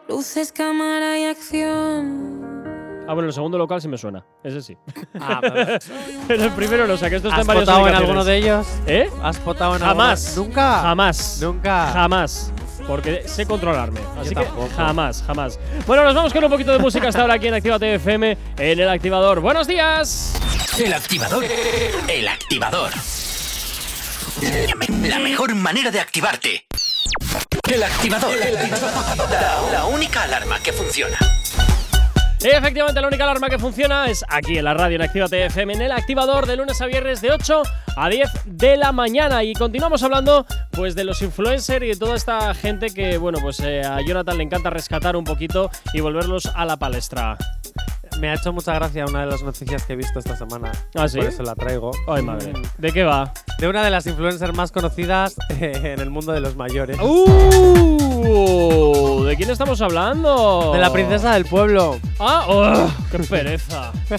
Luces, cámara y acción. Ah, bueno, el segundo local sí me suena. Ese sí. Ah, pero- Soy un Pero el primero no, o sea, que esto está en ¿Has varios votado en alguno de ellos? ¿Eh? ¿Has votado en Jamás. alguno? ¿Nunca? Jamás. Nunca. Jamás. Porque sé controlarme. Así que tampoco. jamás, jamás. Bueno, nos vamos con un poquito de música hasta ahora aquí en Actívate FM, en el activador. ¡Buenos días! El activador. El activador. La me- La mejor manera de activarte. El activador. La, la única alarma que funciona. Efectivamente, la única alarma que funciona es aquí en la radio en Actívate FM, en el activador de lunes a viernes de 8 a 10 de la mañana. Y continuamos hablando pues de los influencers y de toda esta gente que, bueno, pues eh, a Jonathan le encanta rescatar un poquito y volverlos a la palestra. Me ha hecho mucha gracia una de las noticias que he visto esta semana. ¿Ah, sí? Por eso la traigo. Ay, madre. Mm. ¿De qué va? De una de las influencers más conocidas eh, en el mundo de los mayores. ¡Uh! ¿De quién estamos hablando? De la princesa del pueblo. ¡Ah! ¡Oh! ¡Qué pereza!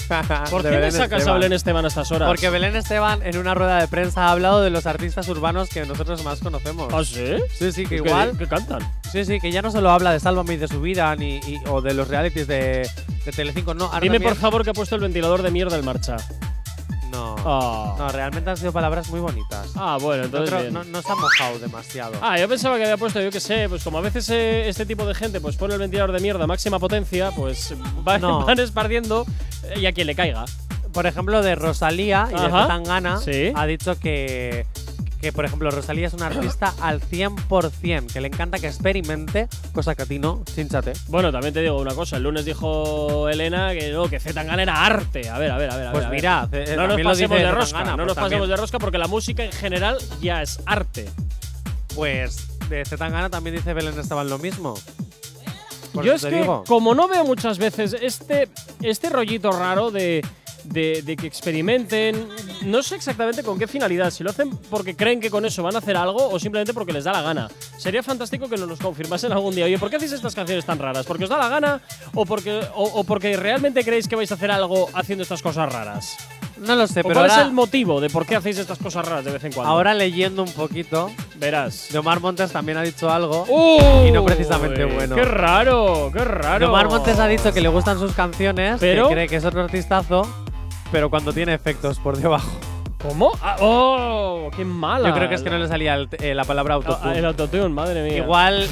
¿Por ¿Por qué le sacas a Belén Esteban a estas horas? Porque Belén Esteban en una rueda de prensa ha hablado de los artistas urbanos que nosotros más conocemos. ¿Ah, sí? Sí, sí, ¿Qué- que igual. ¿Qué cantan? Sí, sí, que ya no solo habla de Sálvame y de su vida ni, y- o de los realities de, de Telecinco. No, ahora Dime también- por favor que ha puesto el ventilador de mierda en marcha. No. Ah. No, realmente han sido palabras muy bonitas. Ah, bueno, entonces. Otro- bien. no, no se ha mojado demasiado. Ah, yo pensaba que había puesto, yo qué sé, pues como a veces eh, este tipo de gente pues pone el ventilador de mierda a máxima potencia, pues va- No. van esparciendo eh, y a quien le caiga. Por ejemplo, de Rosalía y Ajá. de Tangana Sí. ha dicho que, que, por ejemplo, Rosalía es una artista al 100%, que le encanta que experimente, cosa que a ti no, chinchate. Bueno, también te digo una cosa, el lunes dijo Elena que no, que Zetangana era arte. A ver, a ver, a ver. a Pues ver, a mira, ver. eh, no nos también lo pasemos dice de rosca, Zetangana, no pues nos pasemos también. de rosca porque la música en general ya es arte. Pues de Zetangana también dice Belén Esteban lo mismo. Por Yo es eso te que, digo. como no veo muchas veces este, este rollito raro de, de- de que experimenten, no sé exactamente con qué finalidad, si lo hacen porque creen que con eso van a hacer algo o simplemente porque les da la gana. Sería fantástico que nos los confirmasen algún día. Oye, ¿por qué hacéis estas canciones tan raras? ¿Porque os da la gana o porque, o, o porque realmente creéis que vais a hacer algo haciendo estas cosas raras? No lo sé, ¿O Eh, pero ¿Cuál ahora- es el motivo de por qué hacéis estas cosas raras de vez en cuando? ahora leyendo un poquito, verás. Omar Montes también ha dicho algo. ¡Uy! no precisamente bueno. ¡Qué raro! ¡Qué raro! Omar Montes ha dicho que le gustan sus canciones, Pero- que cree que es otro artistazo, pero cuando tiene efectos por debajo. ¿Cómo? Ah, ¡Oh! ¡Qué mala! Yo creo que es que no le salía el- eh, la palabra Ah, autotune. El autotune, madre mía. Igual.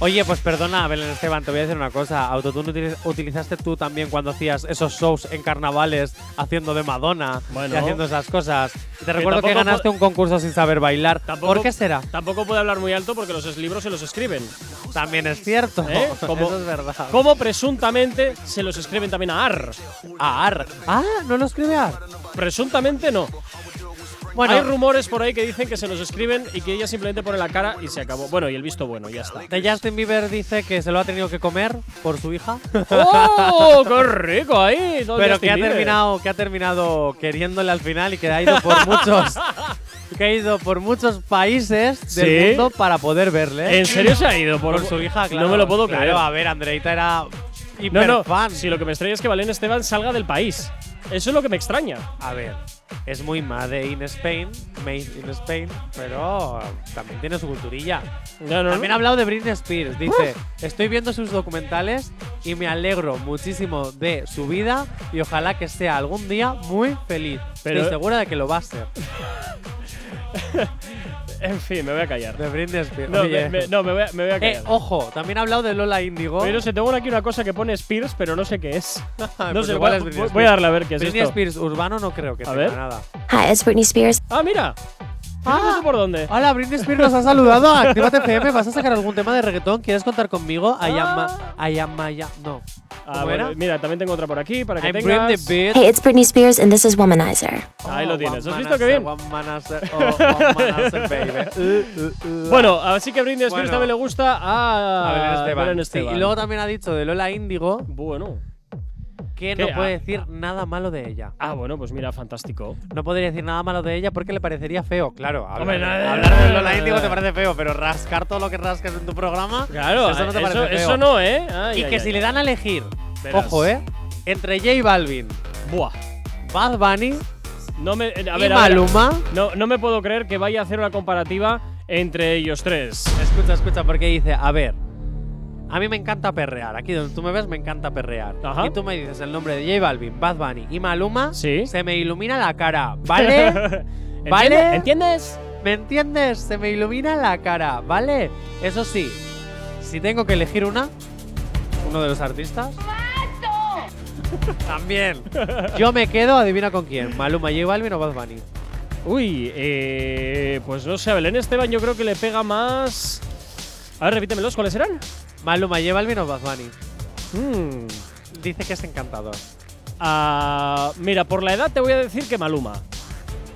Oye, pues perdona, Belén Esteban, te voy a decir una cosa. Autotune utili- utilizaste tú también cuando hacías esos shows en carnavales haciendo de Madonna Bueno. y haciendo esas cosas. Y te recuerdo que tampoco ganaste po- un concurso sin saber bailar. Tampoco- ¿Por qué será? Tampoco puede hablar muy alto porque los es- libros se los escriben. También es cierto. ¿eh? Eso es verdad. Como presuntamente se los escriben también a AR. Ah, ar- ah, no lo escribe Ar. Presuntamente no. Bueno, Hay rumores por ahí que dicen que se los escriben y que ella simplemente pone la cara y se acabó. Bueno, y el visto bueno, ya está. de Justin Bieber dice que se lo ha tenido que comer por su hija. ¡Oh! ¡Qué rico ahí! Don Pero Justin que ha Bieber. terminado, que ha terminado queriéndole al final y que ha ido por muchos, que ha ido por muchos países del ¿Sí? mundo para poder verle. ¿En serio se ha ido por, su hija, claro. No me lo puedo Claro, creer. a ver, Andreita era No, hiper no. fan. Si lo que me extraña es que Valen Esteban salga del país. Eso es lo que me extraña. A ver, es muy made in Spain, made in Spain, pero también tiene su culturilla. No, no, También ha no. hablado de Britney Spears. Dice, estoy viendo sus documentales y me alegro muchísimo de su vida y ojalá que sea algún día muy feliz. Pero- Estoy segura de que lo va a ser. En fin, me voy a callar. De Britney Spears. No, Oye. me, me- no, me voy, a, me voy a Eh, callar. ojo, también ha hablado de Lola Índigo. Pero se tengo aquí una cosa que pone Spears, pero no sé qué es. No Pues sé, igual voy, es Britney voy- voy a darle a ver qué es Britney esto. Spears urbano no creo que A tenga ver. nada. Hi, it's Britney Spears. Ah, mira. Ah, no sé por dónde. Hola, Britney Spears nos ha saludado. Actívate FM, ¿vas a sacar algún tema de reggaetón? ¿Quieres contar conmigo? I am, ma- I am Maya. No. Ah, ¿Cómo bueno, era? mira, también tengo otra por aquí para que I'm tengas. Britney Spears. Hey, it's Britney Spears, and this is Womanizer. Ahí lo Oh, tienes. one ¿Has man visto qué hacer, bien? one man hacer, oh, one man hacer, baby. Uh, uh, uh. Bueno, así que Britney Spears Bueno. también le gusta a, A Belén Esteban. Belén Sí, Esteban. y luego también ha dicho de Lola Índigo Bueno. que ¿Qué? no puede Ah. decir nada malo de ella. Ah, bueno, pues mira, fantástico. No podría decir nada malo de ella porque le parecería feo. Claro, hablar, Hombre, no, no, hablar no, de no, Lola no, Índigo no. te parece feo, pero rascar todo lo que rascas en tu programa, Claro, eso no te eso, parece feo. eso no, ¿eh? Ay, Y ay, que ay, si ay. le dan a elegir, Verás. ojo, ¿eh? Entre J Balvin, Buah. Bad Bunny No me, eh, a y ver, a ver. Maluma. No, no me puedo creer que vaya a hacer una comparativa entre ellos tres. Escucha, escucha, porque dice, a ver, A mí me encanta perrear. Aquí donde tú me ves, me encanta perrear. Ajá. Y tú me dices el nombre de J Balvin, Bad Bunny y Maluma. Sí. Se me ilumina la cara. ¿Vale? ¿Entiende- ¿Vale? ¿Entiendes? ¿Me entiendes? Se me ilumina la cara. ¿Vale? Eso sí, si tengo que elegir una, uno de los artistas. También. Yo me quedo, adivina con quién. Maluma, J Balvin o Bad Bunny. Uy, eh, pues no sé, a Belén Esteban yo creo que le pega más. A ver, repítemelos, ¿cuáles eran? Maluma, J Balvin o Bad Bunny. Mm, Dice que es encantador. ah, mira, por la edad te voy a decir que Maluma.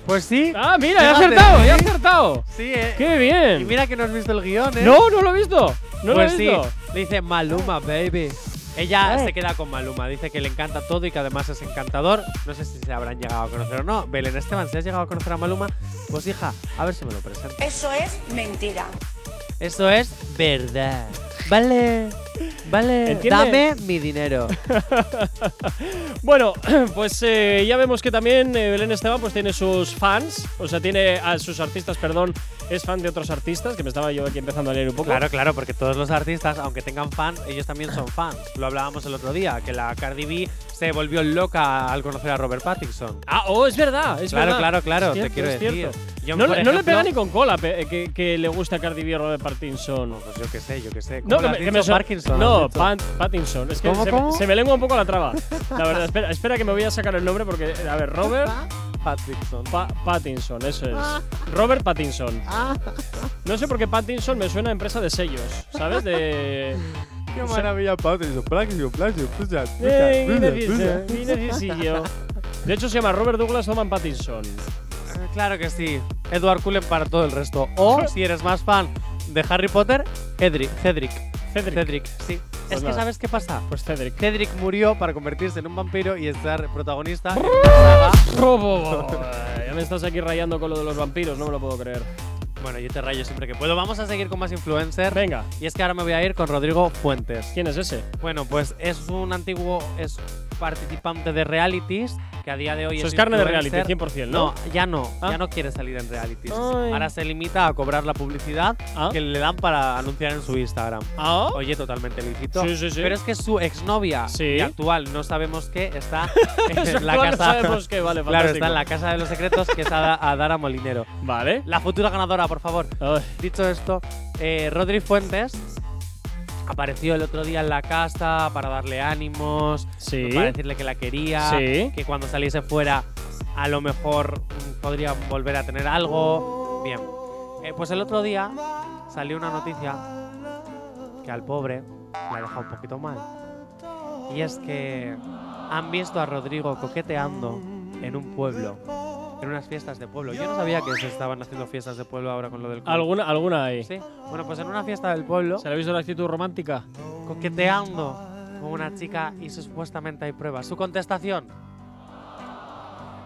Pues sí. Ah, mira, he Fíjate, acertado, he sí. acertado. Sí, eh. ¡Qué Y bien! mira que no has visto el guión, ¿eh? No, no lo he visto. No pues lo he visto. sí. Le dice Maluma, baby. Ella Eh. se queda con Maluma, dice que le encanta todo y que además es encantador. No sé si se habrán llegado a conocer o no. Belén Esteban, ¿se has llegado a conocer a Maluma? Pues hija, a ver si me lo presenta. Eso es mentira. Eso es verdad. Vale, vale. ¿Entiende? Dame mi dinero. Bueno, pues eh, ya vemos que también eh, Belén Esteban pues tiene sus fans, o sea, tiene a sus artistas, perdón, es fan de otros artistas, que me estaba yo aquí empezando a leer un poco. Claro, claro, porque todos los artistas, aunque tengan fans, ellos también son fans. Lo hablábamos el otro día, que la Cardi B se volvió loca al conocer a Robert Pattinson. Ah, oh, es verdad, es Claro, verdad. claro, claro, Es te cierto, quiero es decir. cierto. Yo, no, por le- no le ejemplo- pega ni con cola pe- eh, que, que le gusta a Cardi B o Robert Pattinson. Pues yo qué sé, yo qué sé. No, ¿Cómo que lo me, has que me dicho? so- Parkinson. No, has dicho. Pat- Pattinson. Es que ¿Cómo, se, cómo? se me lengua un poco la traba. La verdad, espera, espera que me voy a sacar el nombre porque, a ver, Robert Pattinson. Pa- Pattinson, eso es. Robert Pattinson. No sé por qué Pattinson me suena a empresa de sellos, ¿sabes? De. Qué maravilla, Pattinson. Pattinson, Pattinson, Eh, beneficio, beneficio. De hecho, se llama Robert Douglas Oman Pattinson. Eh, Claro que sí. Edward Cullen para todo el resto. O, si eres más fan de Harry Potter, Edric. Cedric. Cedric. Cedric, sí. es que, nada. ¿sabes qué pasa? Pues Cedric. Cedric murió para convertirse en un vampiro y estar protagonista en una saga. Oh, Robo. oh. Ya me estás aquí rayando con lo de los vampiros, no me lo puedo creer. Bueno, yo te rayo siempre que puedo. Vamos a seguir con más influencer. Venga, Y es que ahora me voy a ir con Rodrigo Fuentes. ¿quién es ese? Bueno, pues es un antiguo es participante de realities que a día de hoy Eso es es carne de influencer. reality, 100%, ¿no? ya no, Ah. ya no quiere salir en realities. Ay. Ahora se limita a cobrar la publicidad Ah. que le dan para anunciar en su Instagram. Ah. Oye, totalmente lícito. Sí, sí, sí. Pero es que su exnovia Sí. y actual, no sabemos qué, está Eso en la claro, casa. sabemos que vale, claro, fantástico. está en la casa de los secretos que es Ada- Adara Molinero. Vale. La futura ganadora, por favor. Ay, Dicho esto, eh, Rodri Fuentes apareció el otro día en la casa para darle ánimos, Sí. para decirle que la quería, Sí. que cuando saliese fuera a lo mejor mm, podría volver a tener algo. Bien. Eh, pues el otro día salió una noticia que al pobre la deja un poquito mal. Y es que han visto a Rodrigo coqueteando en un pueblo, en unas fiestas de pueblo. Yo no sabía que se estaban haciendo fiestas de pueblo ahora con lo del COVID. ¿Alguna, alguna ahí? Sí. Bueno, pues en una fiesta del pueblo, ¿Se le ha visto la actitud romántica? coqueteando con una chica y supuestamente hay pruebas. Su contestación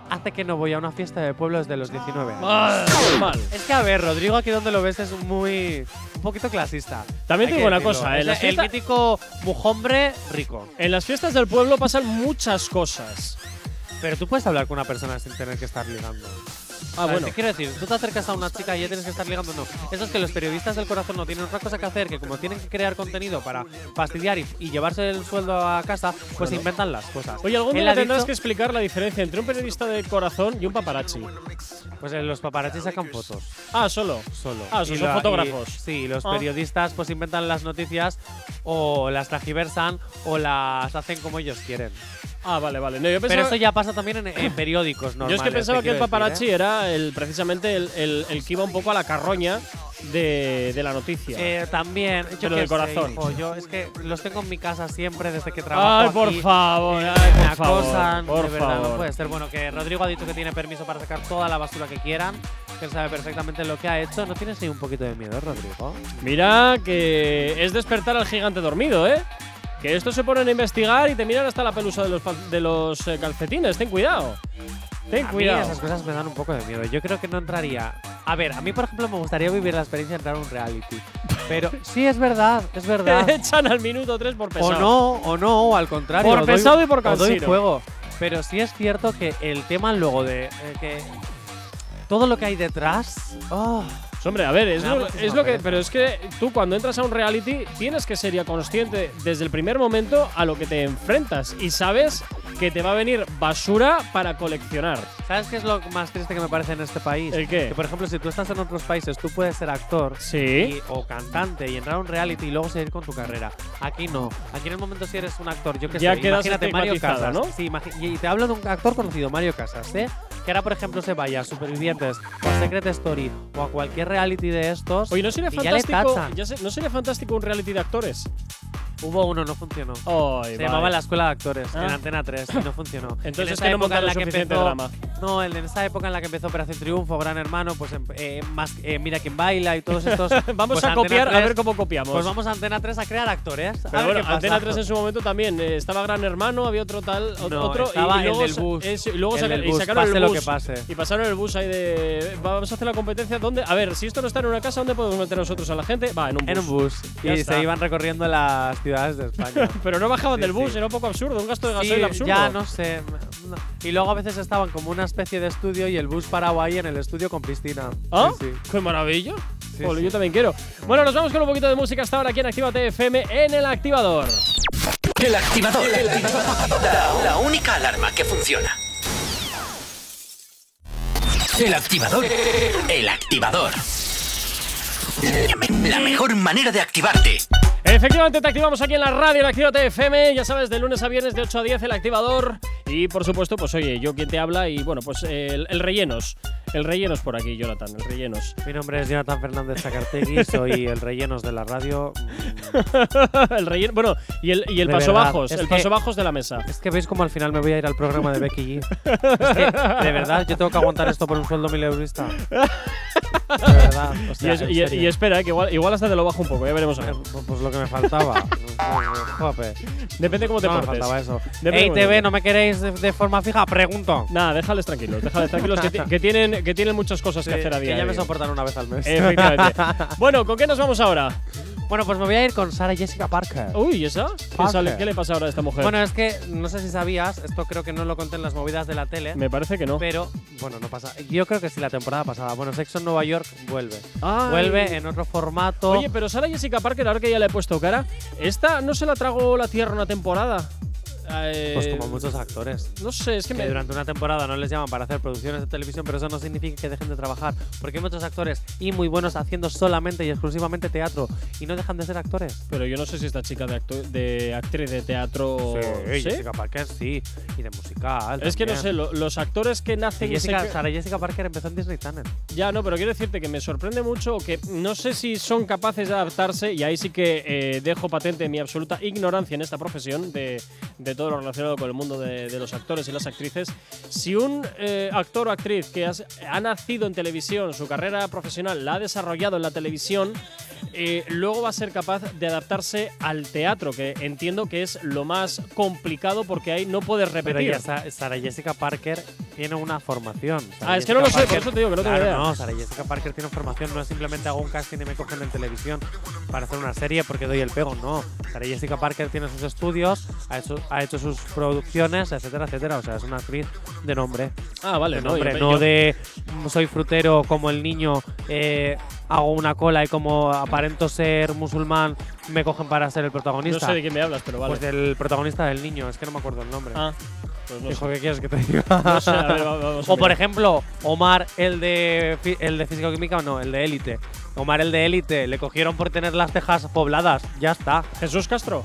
hace que no voy a una fiesta de pueblo desde los 19 años. Ah, normal. Es que a ver, Rodrigo, aquí donde lo ves es muy. un poquito clasista. También te Hay digo que una decirlo. cosa, ¿eh? Es Las el fiestas- mítico mujombre rico. En las fiestas del pueblo pasan muchas cosas. Pero tú puedes hablar con una persona sin tener que estar ligando. Ah, ¿Sabes bueno. qué quiero decir? Tú te acercas a una chica y ya tienes que estar ligando. No, eso es que los periodistas del corazón no tienen otra cosa que hacer, que como tienen que crear contenido para fastidiar y, y llevarse el sueldo a casa, pues inventan las cosas. Oye, algún Él día ha tendrás dicho- que explicar la diferencia entre un periodista de corazón y un paparazzi. Pues eh, los paparazzi sacan fotos. Ah, solo. Solo. Ah, son- Y son la- fotógrafos. y- sí, los Ah. periodistas pues inventan las noticias o las tragiversan o las hacen como ellos quieren. Ah, vale, vale. No, yo Pero pensaba- eso ya pasa también en, en periódicos normales. Yo es que te pensaba que el quiero decir, paparazzi ¿eh? era el, precisamente el, el- el que iba un poco a la carroña de, de la noticia. Eh, también, yo Pero qué de corazón. Sé, hijo, yo es que los tengo en mi casa siempre desde que trabajo. ay, por aquí. favor, ay, Me por favor. acosan, por de verdad, favor. no puede ser. Bueno, que Rodrigo ha dicho que tiene permiso para sacar toda la basura que quieran, que él sabe perfectamente lo que ha hecho. ¿No tienes ni un poquito de miedo, Rodrigo? Mira que es despertar al gigante dormido, ¿eh? Que esto se ponen a investigar y te miran hasta la pelusa de los, pa- de los eh, calcetines. Ten cuidado. Ten A mí cuidado. esas cosas me dan un poco de miedo. Yo creo que no entraría. A ver, a mí, por ejemplo, me gustaría vivir la experiencia de entrar a un reality. Pero sí, es verdad, es verdad. Te echan al minuto 3 por pesado. o no, o no, o al contrario. Por o doy- pesado y por o doy cansino. juego. Pero sí es cierto que el tema luego de eh, que todo lo que hay detrás. oh, Pues, hombre, a ver, es Me da lo, muchísima es lo que. pereza. Pero es que tú cuando entras a un reality tienes que ser ya consciente desde el primer momento a lo que te enfrentas y sabes que te va a venir basura para coleccionar. ¿Sabes qué es lo más triste que me parece en este país? ¿El qué? Que, por ejemplo, si tú estás en otros países, tú puedes ser actor Sí. y- o cantante y entrar a un reality y luego seguir con tu carrera. Aquí no. Aquí en el momento si eres un actor, yo que Ya sé, quedas imagínate Mario estigmatizada, Casas. ¿no? Sí, imagi- y y te hablo de un actor conocido, Mario Casas, ¿eh? Que ahora, por ejemplo, se vaya a Supervivientes o a Secret Story o a cualquier reality de estos. Oye, ¿no sería y ya le fantástico? tachan. ya sé- ¿No sería fantástico un reality de actores? Hubo uno, no funcionó. Ay, Se vale. llamaba la escuela de actores Ah. en Antena 3 y no funcionó. En Entonces es esa que no época en montaron la que suficiente empezó- drama. No, en en esa época en la que empezó Operación Triunfo, Gran Hermano, pues em- eh, más, eh, Mira quién baila y todos estos. Vamos pues a Antena copiar, a 3, ver cómo copiamos. Pues vamos a Antena 3 a crear actores. a Pero ver bueno, qué pasa. Antena 3 en su momento también eh, estaba Gran Hermano, había otro tal, ot- No, otro estaba y el luego, del sa- bus. es- y luego El saca- del y bus, sacaron pase el lo bus que pase. y pasaron el bus ahí de vamos a hacer la competencia dónde a ver si esto no está en una casa dónde podemos meter nosotros a la gente va en un bus, En un bus. Ya y está. se iban recorriendo las ciudades de España. pero no bajaban Sí, del bus sí. era un poco absurdo un gasto de Sí, gasoil absurdo ya no sé. no. Y luego a veces estaban como una especie de estudio y el bus parado ahí en el estudio con piscina. ¿Ah? Sí, sí. ¡Qué maravilla! Sí, Ole, sí. Yo también quiero. Bueno, nos vamos con un poquito de música hasta ahora aquí en Actívate FM en el activador. El activador. El activador. La, la única alarma que funciona. El activador. El activador. La mejor manera de activarte. Efectivamente, te activamos aquí en la radio en Actívate FM. Ya sabes, de lunes a viernes de 8 a 10 el activador. Y por supuesto, pues oye, yo quien te habla y bueno, pues eh, el, el rellenos. El rellenos por aquí, Jonathan, el rellenos. Mi nombre es Jonathan Fernández Zacartegui, soy el rellenos de la radio. Mm, el relleno, bueno, y el, y el De paso verdad, bajos, es el que- paso bajos de la mesa. Es que veis como al final me voy a ir al programa de Becky G. Es que, de verdad, yo tengo que aguantar esto por un sueldo mil eurista. De verdad. O Y, sea, es- en y- serio. y espera, eh, que igual, igual hasta te lo bajo un poco, ya veremos. a Eh, ver. Pues lo que me faltaba. Jope. Depende cómo te No me portes. faltaba eso. Depende Ey, cómo te TV, portes. ¿no me queréis de, de forma fija? Pregunto. Nada, déjales tranquilos, déjales tranquilos que, ti- que tienen, que tienen muchas cosas que Sí, hacer a día. que de ya me hoy. soportan una vez al mes. Efectivamente. bueno, ¿con qué nos vamos ahora? bueno, pues me voy a ir con Sara Jessica Parker. Uy, ¿y esa? ¿Qué, Parker. sale- qué le pasa ahora a esta mujer? Ah, Bueno, es que no sé si sabías, esto creo que no lo conté en las movidas de la tele. me parece que no. Pero, bueno, no pasa. Yo creo que sí, la temporada pasada. Bueno, Sexo en Nueva York vuelve. Ay. Vuelve en otro formato. eh, Oye, pero Sara Jessica Parker, ahora que ya le he puesto cara, esta no se la tragó la tierra una temporada. Eh, pues como muchos actores. No sé, es que Que me. durante una temporada no les llaman para hacer producciones de televisión, pero eso no significa que dejen de trabajar. Porque hay muchos actores y muy buenos haciendo solamente y exclusivamente teatro. Y no dejan de ser actores. Pero yo no sé si esta chica de, actu- de actriz de teatro. Oh, Jessica Parker sí. Y de musical. Es que no sé, lo- los actores que nacen y se Jessica, cre- Sara Jessica Parker empezó en Disney Channel. Ya, no, pero quiero decirte que me sorprende mucho que no sé si son capaces de adaptarse, y ahí sí que eh, dejo patente mi absoluta ignorancia en esta profesión de, de todo lo relacionado con el mundo de, de los actores y las actrices. Si un eh, actor o actriz que has- ha nacido en televisión, su carrera profesional la ha desarrollado en la televisión, eh, luego va a ser capaz de adaptarse al teatro, que entiendo que es lo más complicado porque ahí no puedes Pero repetir. ya Sa- Sara Jessica Parker tiene una formación. Sara Ah, es que no lo sé, Jessica por eso te digo que no tengo Claro, idea. No, Sara Jessica Parker tiene formación, no es simplemente hago un casting y me cogen en televisión para hacer una serie porque doy el pego, no. Sara Jessica Parker tiene sus estudios, ha hecho, ha hecho sus producciones, etcétera, etcétera. O sea, es una actriz de nombre. ah, vale, de no, nombre, yo- no yo- de mm, soy frutero como el niño, eh, hago una cola y como aparento ser musulmán me cogen para ser el no protagonista. sé de quién me hablas, pero vale. Pues del protagonista del niño, es que no me acuerdo el nombre. Ah, pues no sé. Hijo, ¿qué quieres que te diga? No sé, a ver, va- vamos a o por mirar. ejemplo, Omar, el de, fi- el de físico-química, no, el de élite. Omar, el de élite, le cogieron por tener las cejas pobladas. Ya está. Jesús Castro.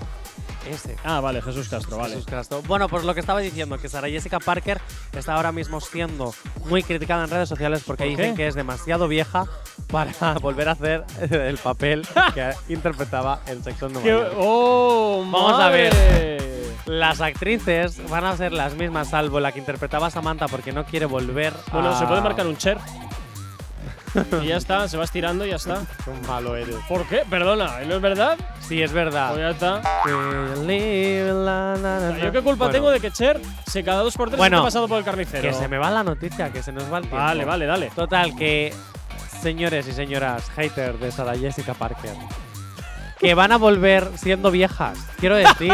Ese. Ah, vale, Jesús Castro, vale. Jesús Castro. Bueno, pues lo que estaba diciendo, que Sara Jessica Parker está ahora mismo siendo muy criticada en redes sociales porque ¿Por dicen qué? que es demasiado vieja para volver a hacer el papel que interpretaba en Sexo en Nueva Qué- York. ¡Oh! Vamos a ver. madre. Las actrices van a ser las mismas, salvo la que interpretaba Samantha porque no quiere volver Bueno, a- se puede marcar un cher. y ya está, se va estirando y ya está. Qué malo eres. Ah. ¿Por qué? Perdona, ¿no es verdad? Sí, es verdad. Pues ya está. ¿Yo ¿Yo qué culpa tengo de que Cher se cada dos por tres Bueno, esté pasado por el carnicero? Que se me va la noticia, que se nos va el tiempo. Vale, vale, dale. Total, que señores y señoras, hater de Sara Jessica Parker, que van a volver siendo viejas, quiero decir.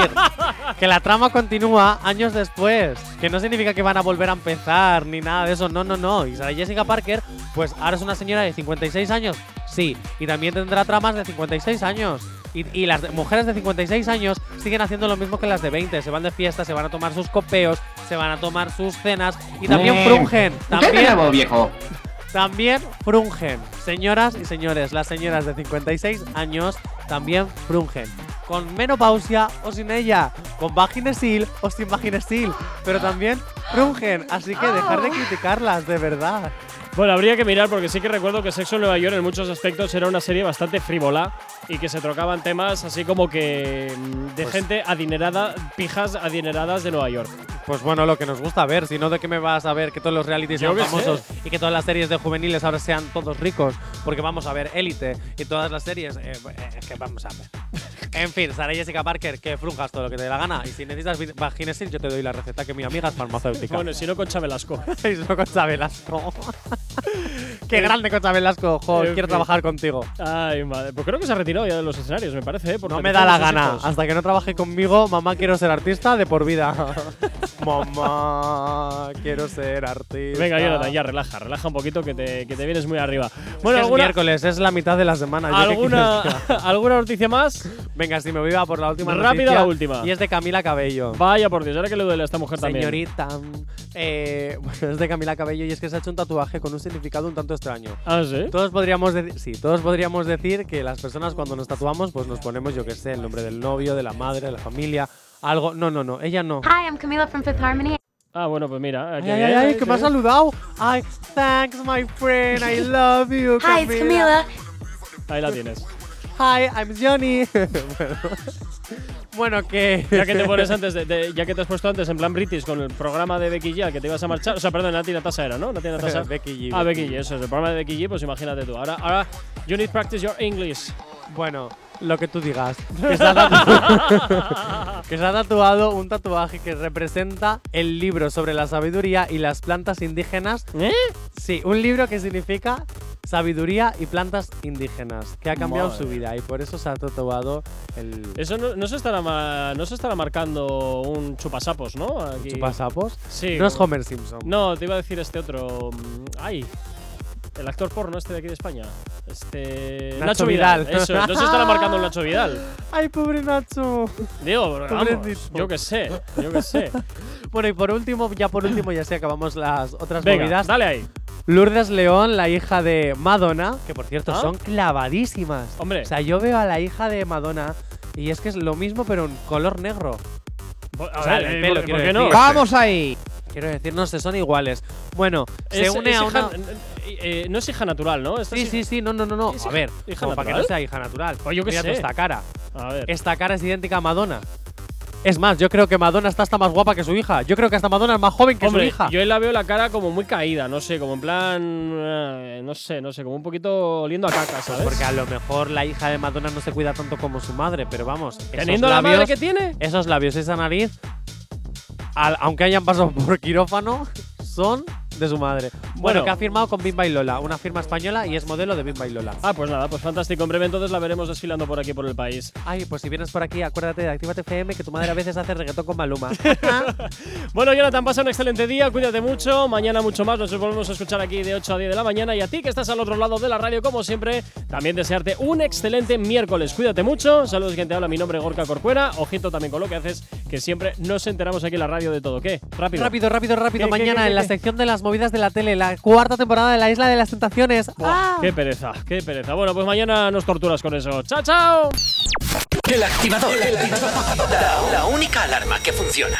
Que la trama continúa años después. Que no significa que van a volver a empezar ni nada de eso. No, no, no. Y Sarah Jessica Parker, pues ahora es una señora de 56 años. Sí. Y también tendrá tramas de 56 años. Y, y las de- mujeres de 56 años siguen haciendo lo mismo que las de 20. Se van de fiesta, se van a tomar sus copeos, se van a tomar sus cenas. Y también Eh, frungen. ¿qué de También nuevo, viejo? también frungen. Señoras y señores, las señoras de 56 años también frungen. Con menopausia o sin ella, con vaginesil o sin vaginesil, pero también frungen. Así que dejar de criticarlas, de verdad. Bueno, habría que mirar porque sí que recuerdo que Sexo en Nueva York en muchos aspectos era una serie bastante frívola y que se trocaban temas así como que mm, de gente adinerada, pijas adineradas de Nueva York. Pues bueno, lo que nos gusta ver, si no, ¿de qué me vas a ver que todos los realities Yo qué sean famosos y que todas las series de juveniles ahora sean todos ricos? Porque vamos a ver Élite y todas las series. eh, eh, es que vamos a ver. En fin, Sara Jessica Parker, que frunjas todo lo que te dé la gana. Y si necesitas vi- vaginesil, yo te doy la receta que mi amiga es farmacéutica. Bueno, y si no, Concha Velasco. Y no Concha Velasco. Qué grande Concha Velasco, jo, en quiero fin. trabajar contigo. Ay, madre. Pues creo que se ha retirado ya de los escenarios, me parece. ¿eh? Porque No me dijo da la a sus gana. hijos. Hasta que no trabaje conmigo, mamá, quiero ser artista de por vida. mamá, quiero ser artista. Venga, Jonathan, ya relaja, relaja un poquito que te, que te vienes muy arriba. Bueno, Bueno, es alguna, miércoles, es la mitad de la semana. ¿yo qué alguna, quiero decir? ¿alguna noticia más? Venga, si me voy a por la última Rápida noticia, la última. Y es de Camila Cabello. Vaya por Dios, ahora que le duele a esta mujer también. Señorita. Eh, bueno, es de Camila Cabello y es que se ha hecho un tatuaje con un significado un tanto extraño. Ah, sí. Todos podríamos decir, sí, todos podríamos decir que las personas cuando nos tatuamos, pues nos ponemos, yo qué sé, el nombre del novio, de la madre, de la familia, algo. No, no, no, ella no. Hi, I'm Camila from Fifth Harmony. Ah, bueno, pues mira. Ay, aquí- ay, ay, ay, que me ha saludado. Ay, thanks, my friend. I love you. Hi, it's Camila. Ahí la tienes. Hi, I'm Johnny. bueno, bueno, que. Ya que te pones antes, de- de- ya que te has puesto antes en plan British con el programa de Becky G al que te ibas a marchar. O sea, perdón, Nati Natasha era, ¿no? Nati Natasha. Becky G, Ah, Becky Becky G, eso es. El programa de Becky G, pues imagínate tú. Ahora, ahora, you need practice your English. Bueno, lo que tú digas. Que se, ha tatu- que se ha tatuado un tatuaje que representa el libro sobre la sabiduría y las plantas indígenas. ¿Eh? Sí, un libro que significa sabiduría y plantas indígenas, que ha cambiado Madre su vida y por eso se ha tatuado el Eso no, no se estará ma- no se estará marcando un chupasapos, ¿no? Aquí. chupasapos. Sí. No es Homer Simpson. No, te iba a decir este otro. mm, Ay. El actor porno este de aquí de España. Este. Nacho Vidal. Eso, es, no se estará marcando un Nacho Vidal. Ay, pobre Nacho. Digo, vamos, Pobrecito. yo que sé, yo que sé. Bueno, y por último, ya por último, ya se acabamos las otras Venga, movidas. dale ahí. Lourdes León, la hija de Madonna, que por cierto ¿Ah? son clavadísimas. Hombre. O sea, yo veo a la hija de Madonna y es que es lo mismo, pero en color negro. A O sea, ver, el eh, pelo, ¿por- quiero ¿por qué no? decir. ¡Vamos ahí! Quiero decir, no sé, son iguales. Bueno, se Es- une es a hija- una. eh, eh, no es hija natural, ¿no? Esta Sí, es- sí, sí, no, no, no, no. ¿Es A hija- ver, hija como para que no natural? sea hija natural. Pues yo qué Mira tú sé. esta cara. A ver. Esta cara es idéntica a Madonna. Es más, yo creo que Madonna está hasta más guapa que su hija. Yo creo que hasta Madonna es más joven que su Hombre, hija. yo la veo la cara como muy caída, no sé, como en plan. eh, no sé, no sé, como un poquito oliendo a caca, ¿sabes? Porque a lo mejor la hija de Madonna no se cuida tanto como su madre, pero vamos. esos Teniendo la labios- madre que tiene. esos labios y esa nariz, al- aunque hayan pasado por quirófano, son de su madre. Bueno, Bueno. que ha firmado con Bimba y Lola, una firma española y es modelo de Bimba y Lola. Ah, pues nada, pues fantástico. En breve entonces la veremos desfilando por aquí por el país. Ay, pues si vienes por aquí, acuérdate de Actívate FM, que tu madre a veces hace reggaetón con Maluma. Bueno, Jonathan, pasa un excelente día, cuídate mucho. Mañana mucho más, nos volvemos a escuchar aquí de 8 a 10 de la mañana. Y a ti que estás al otro lado de la radio, como siempre, también desearte un excelente miércoles. Cuídate mucho. Saludos, quien te habla. Mi nombre es Gorka Corcuera. Ojito también con lo que haces, que siempre nos enteramos aquí en la radio de todo. ¿Qué? Rápido. rápido, rápido, ¿Qué, rápido. qué, Mañana qué, qué, en la qué? sección de las movidas de la tele, la cuarta temporada de La Isla de las Tentaciones. ¡Ah! Qué pereza, qué pereza. Bueno, pues mañana nos torturas con eso. ¡Chao, chao! El activador. La, la única alarma que funciona.